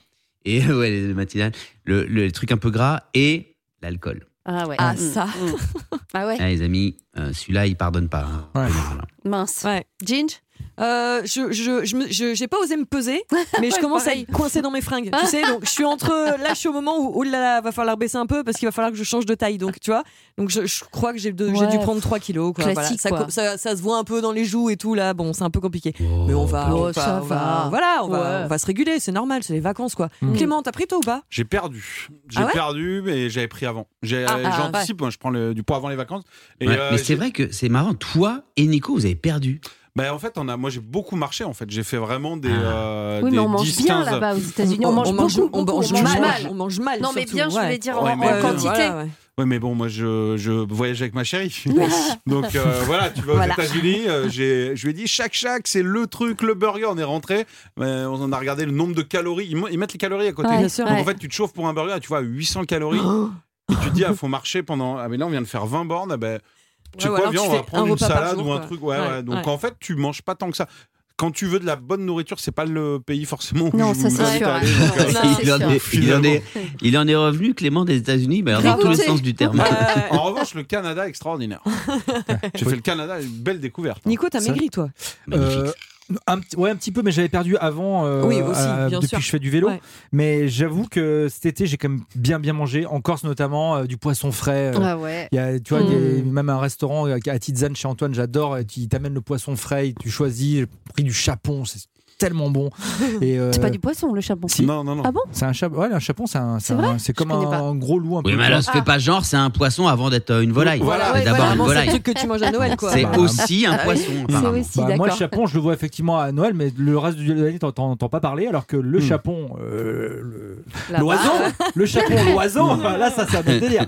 S3: et ouais les matinales, le, le les trucs un peu gras et l'alcool.
S5: Ah ouais.
S7: Ah,
S5: Mm, mm.
S7: ça.
S5: Ah ouais.
S3: Ah, les amis, euh, celui-là il pardonne pas. hein.
S5: Mince.
S7: Ouais. Ginge Euh, je je je me- je- j'ai pas osé me peser, mais je
S5: Ouais,
S7: commence à
S5: pareil.
S7: être coincée dans mes fringues. Tu sais, donc je suis entre là, je suis au moment où oh là là, va falloir baisser un peu parce qu'il va falloir que je change de taille. Donc tu vois, donc je, je crois que j'ai de- j'ai
S5: Ouais,
S7: dû prendre 3 kilos. Quoi, voilà.
S5: classique,
S7: Ça,
S5: quoi.
S7: co- ça- ça se voit un peu dans les joues et tout là. Bon, c'est un peu compliqué, mais on va,
S5: Oh,
S7: on va-
S5: ça
S7: on
S5: va.
S7: voilà, on va,
S5: Ouais.
S7: on va se réguler. C'est normal, c'est les vacances quoi.
S6: Mm.
S7: Clément, t'as pris toi ou pas
S6: J'ai perdu. J'ai
S7: Ah ouais
S6: perdu, mais j'avais pris avant. J'ai-
S7: Ah, ah,
S6: J'anticipe, moi, je prends le- du poids avant les vacances. Et,
S3: Ouais,
S6: euh,
S3: mais c'est
S6: j'ai-
S3: vrai que c'est marrant. Toi et Nico, vous avez perdu.
S6: Bah, en fait, on a, moi, j'ai beaucoup marché. En fait, j'ai fait vraiment
S3: Ah.
S6: des. euh,
S5: Oui, mais
S6: des
S5: on mange
S6: 10,
S5: bien
S6: 15.
S5: là-bas aux États-Unis. On, mange beaucoup, beaucoup, on, mange mal.
S7: on mange mal.
S5: Non, mais
S7: surtout,
S5: bien, je
S7: ouais.
S5: voulais dire en,
S6: Ouais,
S5: en
S6: mais-
S5: quantité.
S7: Voilà, ouais.
S6: Ouais, mais bon, moi, je, je voyage avec ma chérie.
S5: Oui.
S6: Donc euh, voilà, tu vas aux
S5: Voilà.
S6: États-Unis. euh, j'ai- je lui ai dit, chaque chaque, c'est le truc, le burger. On est rentré, euh, on en a regardé le nombre de calories. Ils, mo- ils mettent les calories à côté.
S7: Ouais, bien sûr.
S6: Donc
S7: Ouais.
S5: Ah.
S6: en fait, tu te chauffes pour un burger, tu vois, 800 calories.
S5: Oh.
S6: et tu te dis, ah, faut marcher pendant. Ah, mais là, on vient de faire 20 bornes. Ah, ben, tu sais
S7: Ouais, ou
S6: quoi,
S7: alors
S6: viens,
S7: tu
S6: on va
S7: fais
S6: prendre
S7: un
S6: une
S7: repas par
S6: salade
S7: jour,
S6: ou un
S7: quoi.
S6: truc. Ouais,
S7: Ouais,
S6: ouais. Donc
S7: ouais.
S6: en fait, tu manges pas tant que ça. Quand tu veux de la bonne nourriture, c'est pas le pays forcément où
S5: Non,
S6: je
S5: ça,
S6: vous
S5: c'est
S6: invite
S5: sûr,
S6: à aller.
S5: ouais.
S6: Donc, euh,
S5: Non,
S3: il, en est, il en est- il en est revenu, Clément, des États-Unis, mais alors dans tous les
S6: Écoutez.
S3: sens du terme.
S6: En revanche, le Canada, extraordinaire. J'ai fait le Canada, une belle découverte.
S7: Nico, t'as
S6: Ça-
S7: maigri toi.
S4: Euh, un, petit- ouais, un petit peu, mais j'avais perdu avant. euh,
S7: Oui, aussi,
S4: euh,
S7: bien
S4: depuis
S7: sûr.
S4: que je fais du vélo.
S7: Ouais.
S4: Mais j'avoue que cet été, j'ai quand même bien, bien mangé. En Corse, notamment, euh, du poisson frais. euh,
S5: Ah ouais.
S4: il y a, tu vois, il y a
S5: Mm.
S4: même un restaurant euh, à Tizane chez Antoine, j'adore. et tu- Il t'amène le poisson frais, et tu choisis. J'ai pris du chapon, c'est tellement bon. Et, euh,
S5: C'est pas du poisson le chapon.
S4: si.
S6: Non, non, non.
S5: Ah bon
S4: C'est un chapon. Ouais, un chapon, c'est un- c'est
S5: C'est vrai
S4: un- c'est comme
S5: Je connais
S4: un,
S5: pas.
S4: gros loup un peu.
S3: Oui, mais alors, se fait pas genre, c'est un poisson avant d'être euh, une volaille.
S4: Voilà.
S3: C'est
S4: Ouais,
S3: d'abord
S4: voilà,
S3: une
S4: avant,
S7: C'est le
S3: volaille.
S7: truc que tu manges à Noël quoi.
S3: C'est
S4: Bah,
S3: aussi un
S7: oui.
S3: poisson,
S4: Bah,
S3: apparemment.
S4: moi, le chapon, je le vois effectivement à Noël, mais le reste du l'année, t'en- t'en t'entends pas parler, alors que
S3: Hmm.
S4: le chapon, euh, le-
S5: Là-bas.
S4: l'oiseau, le chapon, l'oiseau,
S5: Hmm.
S4: bah, là, ça, c'est un bon délire.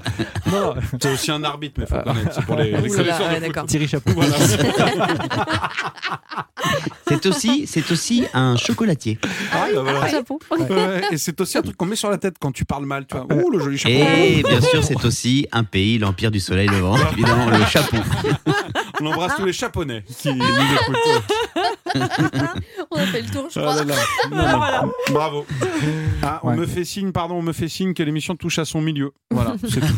S4: Non,
S6: C'est aussi un arbitre, mais
S7: Ah.
S6: faut connaître. C'est pour les, les
S7: Oula,
S6: connaisseurs
S7: ouais,
S6: de foot.
S7: d'accord.
S4: Thierry Chapon.
S3: C'est aussi, c'est aussi un chocolatier.
S6: Ah, bah voilà.
S5: Chapon.
S6: Ouais, et c'est aussi un truc qu'on met sur la tête quand tu parles mal. Tu vois, ouh, le joli chapeau.
S3: Et bien sûr, c'est aussi un pays, l'Empire du Soleil Levant, évidemment, le chapon.
S6: On embrasse tous les Japonais qui nous écoutent.
S13: On a fait le tour, je
S6: Ah
S13: crois.
S6: là là. Non, non. Bravo. Ah, on
S4: Ouais.
S6: me fait signe, pardon, on me fait signe que l'émission touche à son milieu. Voilà, c'est tout.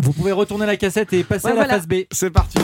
S4: Vous pouvez retourner la cassette et passer
S7: Ouais,
S4: à la
S7: voilà.
S4: phase B.
S6: C'est parti.